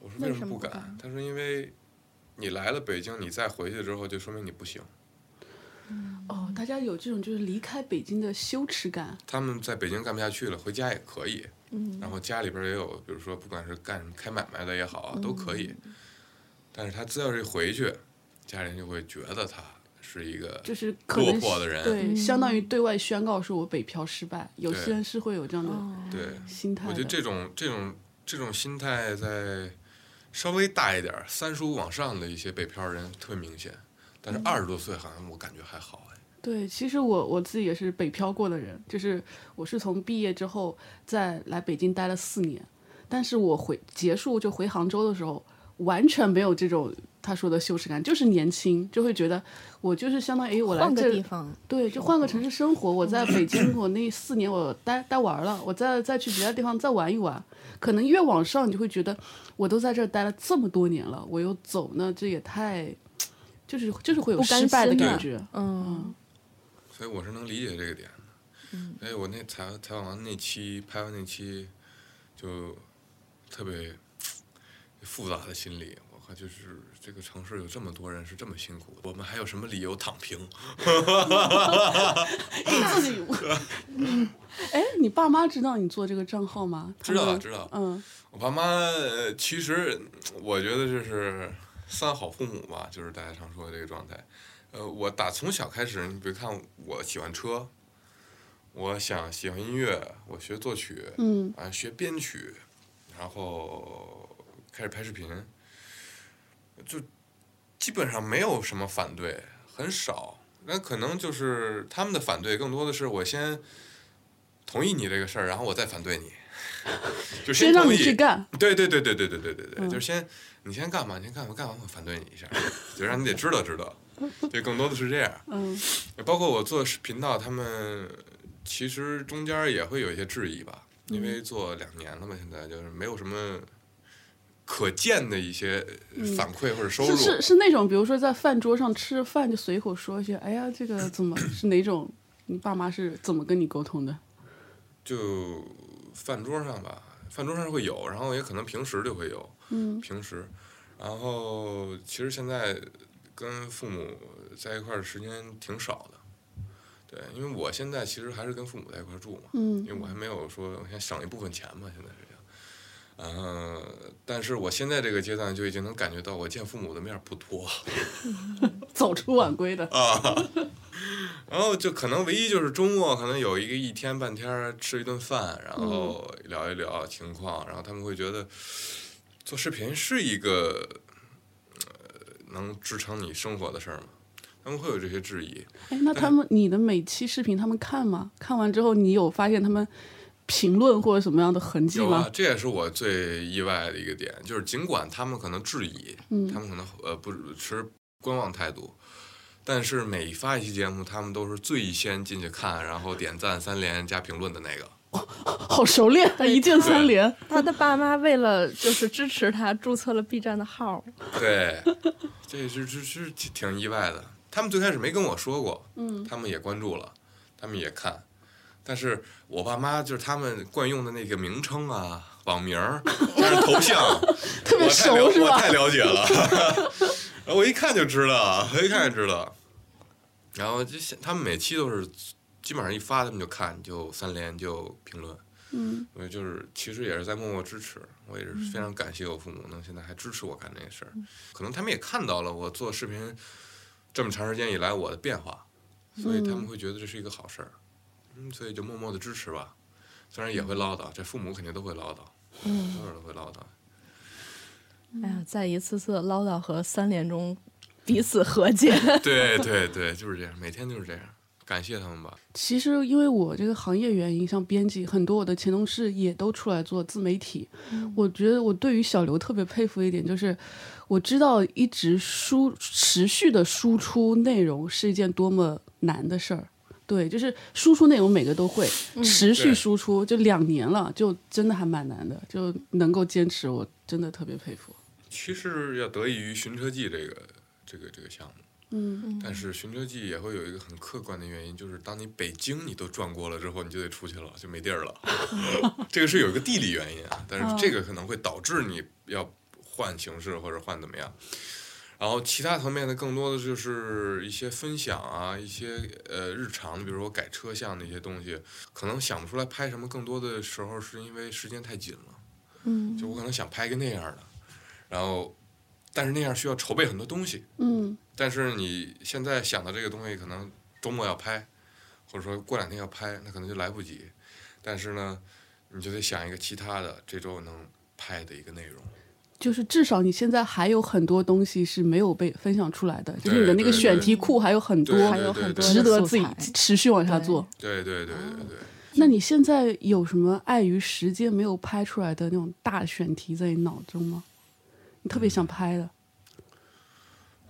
Speaker 1: 我说
Speaker 2: 嗯为
Speaker 1: 为什
Speaker 2: 什
Speaker 1: 么不
Speaker 2: 么不
Speaker 1: 敢？
Speaker 2: 敢
Speaker 1: 他说因为你来了北京，你再回去之后就说明你不行。
Speaker 3: 哦，大家有这种就是离开北京的羞耻感。
Speaker 1: 他们在北京干不下去了，回家也可以。
Speaker 2: 嗯
Speaker 1: 然后家里边儿也有，比如说不管是干开买卖的也好
Speaker 2: 嗯
Speaker 1: 啊，都可以。但是他只要是回去，家人就会觉得他是一个
Speaker 3: 就是可能
Speaker 1: 落魄的人
Speaker 3: 对，相当于对外宣告说我北漂失败，有些人是会有这样的
Speaker 1: 对。
Speaker 3: 心态的。
Speaker 1: 我觉得这种这种这种心态在稍微大一点儿，三十五往上的一些北漂人特别明显，但是二十多岁好像我感觉还好哎。
Speaker 3: 对，其实我我自己也是北漂过的人，就是我是从毕业之后在来北京待了四年，但是我回结束就回杭州的时候，完全没有这种他说的羞耻感，就是年轻就会觉得我就是相当于哎我来
Speaker 4: 换
Speaker 3: 这
Speaker 4: 个地方，
Speaker 3: 对，就换个城市生活。我在北京，我那四年我待待玩了，我再再去别的地方再玩一玩。可能越往上，你就会觉得我都在这儿待了这么多年了，我又走呢，这也太，就是就是会有
Speaker 2: 不甘
Speaker 3: 失败的
Speaker 2: 心
Speaker 3: 感
Speaker 2: 啊
Speaker 3: 觉。
Speaker 2: 嗯
Speaker 1: 所以我是能理解这个点的。所以我那采采访完那期拍完那期，就特别复杂的心理。我靠，就是这个城市有这么多人是这么辛苦，我们还有什么理由躺平？
Speaker 3: 你自己， 哎，你爸妈知道你做这个账号吗？他
Speaker 1: 知道啊
Speaker 3: 们
Speaker 1: 知道
Speaker 3: 嗯
Speaker 1: 我爸妈呃，其实嗯我觉得就是三好父母吧，就是大家常说的这个状态。呃，我打从小开始，你别看我喜欢车，我想喜欢音乐，我学作曲，
Speaker 3: 嗯
Speaker 1: 啊，学编曲，然后开始拍视频，就基本上没有什么反对，很少。那可能就是他们的反对，更多的是我先同意你这个事儿，然后我再反对你， 就
Speaker 3: 先让
Speaker 1: 同
Speaker 3: 你
Speaker 1: 意。
Speaker 3: 去干。
Speaker 1: 对对对对对对对对对，
Speaker 3: 嗯
Speaker 1: 就是先你先干嘛，你先干嘛，干完我反对你一下，就让你得知道知 道，就更多的是这样。
Speaker 3: 嗯
Speaker 1: 包括我做视频道，他们其实中间也会有一些质疑吧，因为
Speaker 3: 嗯
Speaker 1: 做两年了嘛，现在就是没有什么可见的一些反馈或者收入。
Speaker 3: 嗯是是是那种，比如说在饭桌上吃着饭就随口说一些，哎呀，这个怎么是哪种？你爸妈是怎么跟你沟通的？
Speaker 1: 就饭桌上吧，饭桌上会有，然后也可能平时就会有，
Speaker 3: 嗯
Speaker 1: 平时，然后其实现在跟父母在一块儿的时间挺少的，对，因为我现在其实还是跟父母在一块儿住嘛，
Speaker 3: 嗯
Speaker 1: 因为我还没有说我先省一部分钱嘛，现在是这样。嗯、但是我现在这个阶段就已经能感觉到，我见父母的面儿不多
Speaker 3: 早出晚归的，
Speaker 1: 啊。然后就可能唯一就是周末，可能有一个一天半天儿吃一顿饭，然
Speaker 3: 嗯
Speaker 1: 后聊一聊情况，然后他们会觉得做视频是一个呃能支撑你生活的事儿吗？他们会有这些质疑。
Speaker 3: 哎，那他们你的每期视频他们看吗？看完之后你有发现他们评论或者什么样的痕迹
Speaker 1: 有
Speaker 3: 吗
Speaker 1: 啊？，这也是我最意外的一个点，就是尽管他们可能质疑，
Speaker 3: 嗯
Speaker 1: 他们可能呃不持观望态度，但是每发一期节目，他们都是最先进去看，然后点赞、三连加评论的那个。
Speaker 3: 好熟练，一键三连。
Speaker 2: 他的爸妈为了就是支持他，注册了 B 站的号。
Speaker 1: 对，这是是是挺意外的。他们最开始没跟我说过，嗯，他们也关注了，他们也看，但是我爸妈就是他们惯用的那个名称啊、网名儿，但是头 像特
Speaker 3: 别熟是吧
Speaker 1: 我太了解了， 然后我一看就知道，我一看就知道。然后就现他们每期都是基本上一发他们就看，就三连就评论。
Speaker 3: 嗯，
Speaker 1: 我就是其实也是在默默支持，我也是非常感谢我父母能现在还支持我干这个事儿。可能他们也看到了我做视频这么长时间以来我的变化，所以他们会觉得这是一个好事儿，嗯，所以就默默的支持吧。虽然也会唠叨，这父母肯定都会唠叨，嗯，所有人都会唠叨。
Speaker 2: 哎呀，在一次次的唠叨和三连中彼此和解。
Speaker 1: 对对对，就是这样，每天就是这样，感谢他们吧。
Speaker 3: 其实因为我这个行业原因，像编辑，很多我的前同事也都出来做自媒体。我觉得我对于小刘特别佩服一点，就是我知道一直输持续的输出内容是一件多么难的事儿。对，就是输出内容每个都会，持续
Speaker 1: 对
Speaker 3: 输出就两年了，就真的还蛮难的，就能够坚持，我真的特别佩服。
Speaker 1: 其实要得益于寻车记这个这个这个项目。
Speaker 3: 嗯，
Speaker 1: 但是寻车记也会有一个很客观的原因，就是当你北京你都转过了之后，你就得出去了，就没地儿了。这个是有一个地理原因啊，但是这个可能会导致你要换形式或者换怎么样。然后其他层面的更多的就是一些分享啊，一些呃日常的，比如说我改车项的一些东西，可能想不出来拍什么，更多的时候是因为时间太紧了。 嗯，就我可能想拍一个那样的，然后但是那样需要筹备很多东西。
Speaker 3: 嗯，
Speaker 1: 但是你现在想的这个东西，可能周末要拍，或者说过两天要拍，那可能就来不及。但是呢，你就得想一个其他的这周能拍的一个内容。
Speaker 3: 就是至少你现在还有很多东西是没有被分享出来的，就是
Speaker 1: 对
Speaker 3: 你的那
Speaker 1: 对
Speaker 3: 个
Speaker 1: 对
Speaker 3: 选题库还有很多，
Speaker 1: 对
Speaker 2: 还有很多
Speaker 1: 对
Speaker 3: 值得
Speaker 2: 的素
Speaker 3: 自己
Speaker 2: 材
Speaker 3: 持续往下做。
Speaker 1: 对对对对对，
Speaker 3: 那你现在有什么碍于时间没有拍出来的那种大选题在你脑中吗？你特别想拍的，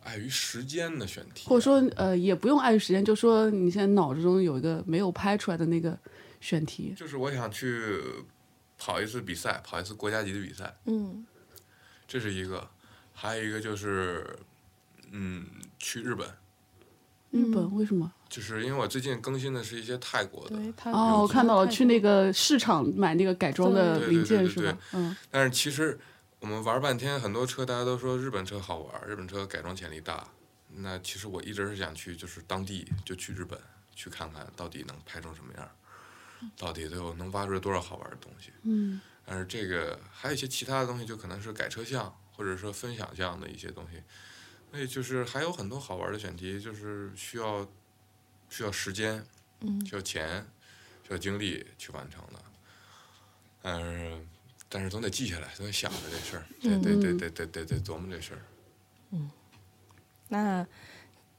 Speaker 1: 碍于时间的选题啊，
Speaker 3: 或者说呃也不用碍于时间，就说你现在脑子中有一个没有拍出来的那个选题，
Speaker 1: 就是我想去跑一次比赛，跑一次国家级的比赛，
Speaker 2: 嗯，
Speaker 1: 这是一个。还有一个就是，嗯，去日本，
Speaker 3: 日
Speaker 2: 嗯
Speaker 3: 本为什么？
Speaker 1: 就是因为我最近更新的是一些泰国的，
Speaker 2: 对他
Speaker 3: 哦，我看到了，去那
Speaker 2: 个
Speaker 3: 个市场买那个改装的
Speaker 1: 对
Speaker 3: 零件
Speaker 1: 对对
Speaker 3: 是
Speaker 1: 对
Speaker 3: 吧？嗯，
Speaker 1: 但是其实我们玩半天，很多车大家都说日本车好玩，日本车改装潜力大。那其实我一直是想去，就是当地就去日本去看看到底能拍成什么样儿，到底最后能挖出来多少好玩的东西。
Speaker 3: 嗯，
Speaker 1: 但是这个还有一些其他的东西，就可能是改车项或者说分享项的一些东西，所以就是还有很多好玩的选题，就是需要需要时间，需要钱，需要精力去完成的。但是但是总得记下来，总得想着这事儿，得得得得得得得琢磨这事儿。
Speaker 2: 那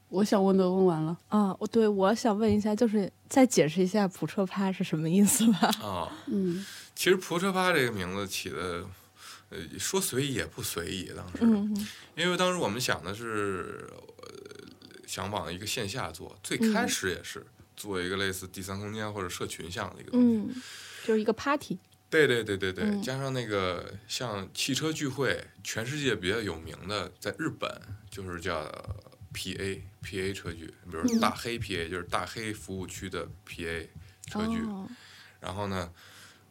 Speaker 3: 我想问的问完了。
Speaker 2: 啊，我对我想问一下，就是再解释一下“普车趴”是什么意思吧？
Speaker 1: 啊，
Speaker 3: 嗯，
Speaker 1: 其实“婆车趴”这个名字起的，呃，说随意也不随意。当时，
Speaker 2: 嗯
Speaker 1: 因为当时我们想的是，呃，想往一个线下做，最
Speaker 2: 嗯
Speaker 1: 开始也是、做一个类似第三空间或者社群项的一个东西。
Speaker 2: 嗯，就是一个 party。
Speaker 1: 对对对对对，加上那个像汽车聚会，全世界比较有名的，在日本就是叫 PA PA 车聚，比如
Speaker 2: 嗯
Speaker 1: 说大黑 PA、就是大黑服务区的 PA 车聚。
Speaker 2: 哦，
Speaker 1: 然后呢，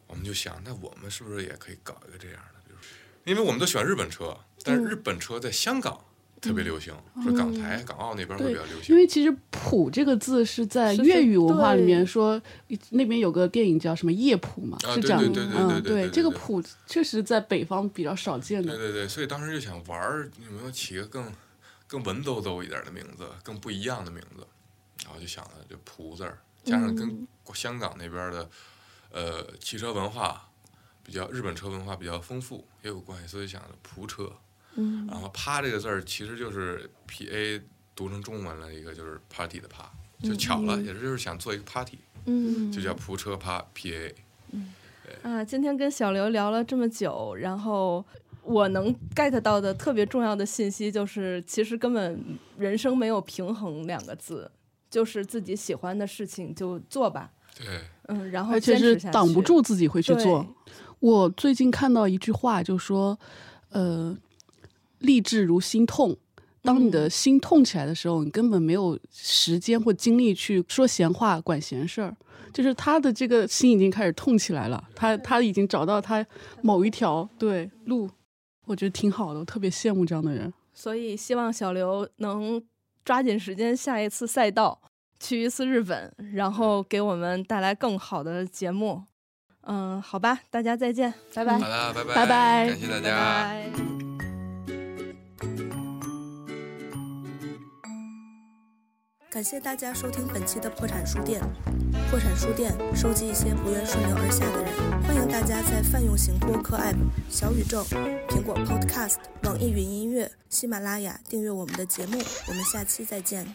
Speaker 1: 我们就想，那我们是不是也可以搞一个这样的？比如说，因为我们都喜欢日本车，但是日本车在香港特别流行，说港台、港澳那边会比较流行
Speaker 3: 因。为其实“谱”这个字是在
Speaker 2: 是
Speaker 3: 粤语文化里
Speaker 2: 对
Speaker 3: 面说，那边有个电影叫什么《夜谱》嘛，
Speaker 1: 啊
Speaker 3: 是
Speaker 1: 对
Speaker 3: 这样
Speaker 1: 对
Speaker 3: 的。
Speaker 1: 对对对
Speaker 3: 嗯，
Speaker 1: 对对
Speaker 3: 这个
Speaker 1: 对
Speaker 3: “谱”确实在北方比较少见
Speaker 1: 对
Speaker 3: 的。
Speaker 1: 对对，所以当时就想玩儿，有没有起个更更文绉绉一点的名字，更不一样的名字？然后就想了，就“蒲”字儿，加上
Speaker 2: 嗯
Speaker 1: 跟香港那边的呃汽车文化比较，日本车文化比较丰富也有关系，所以想着“蒲车”。
Speaker 2: 嗯，
Speaker 1: 然后“趴”这个字儿其实就是 “p a” 读成中文了一个就是 “party” 的“趴”，就巧了，也是就是想做一个 party，
Speaker 2: 嗯
Speaker 1: 就叫“蒲车趴 ”（p a）。
Speaker 2: 啊，今天跟小刘聊了这么久，然后我能 get 到的特别重要的信息就是，其实根本人生没有平衡两个字，就是自己喜欢的事情就做吧，
Speaker 1: 对，
Speaker 2: 嗯，然后
Speaker 3: 而且
Speaker 2: 坚
Speaker 3: 是
Speaker 2: 持下去
Speaker 3: 挡不住自己会去做
Speaker 2: 对。
Speaker 3: 我最近看到一句话，就说，呃，励志如心痛。当你的心痛起来的时候，你根本没有时间或精力去说闲话、管闲事儿。就是他的这个心已经开始痛起来了，他他已经找到他某一条对路，我觉得挺好的，我特别羡慕这样的人。
Speaker 2: 所以希望小刘能抓紧时间，下一次赛道去一次日本，然后给我们带来更好的节目。嗯，好吧，大家再见，拜嗯拜，
Speaker 1: 好啦，拜拜，
Speaker 3: 拜拜
Speaker 1: 感谢大
Speaker 2: 嗯拜
Speaker 1: 家。
Speaker 2: 拜。
Speaker 5: 感谢大家收听本期的破产书店。破产书店收集一些不愿顺流而下的人，欢迎大家在泛用型播客 App、小宇宙、苹果 Podcast、网易云音乐、喜马拉雅订阅我们的节目。我们下期再见。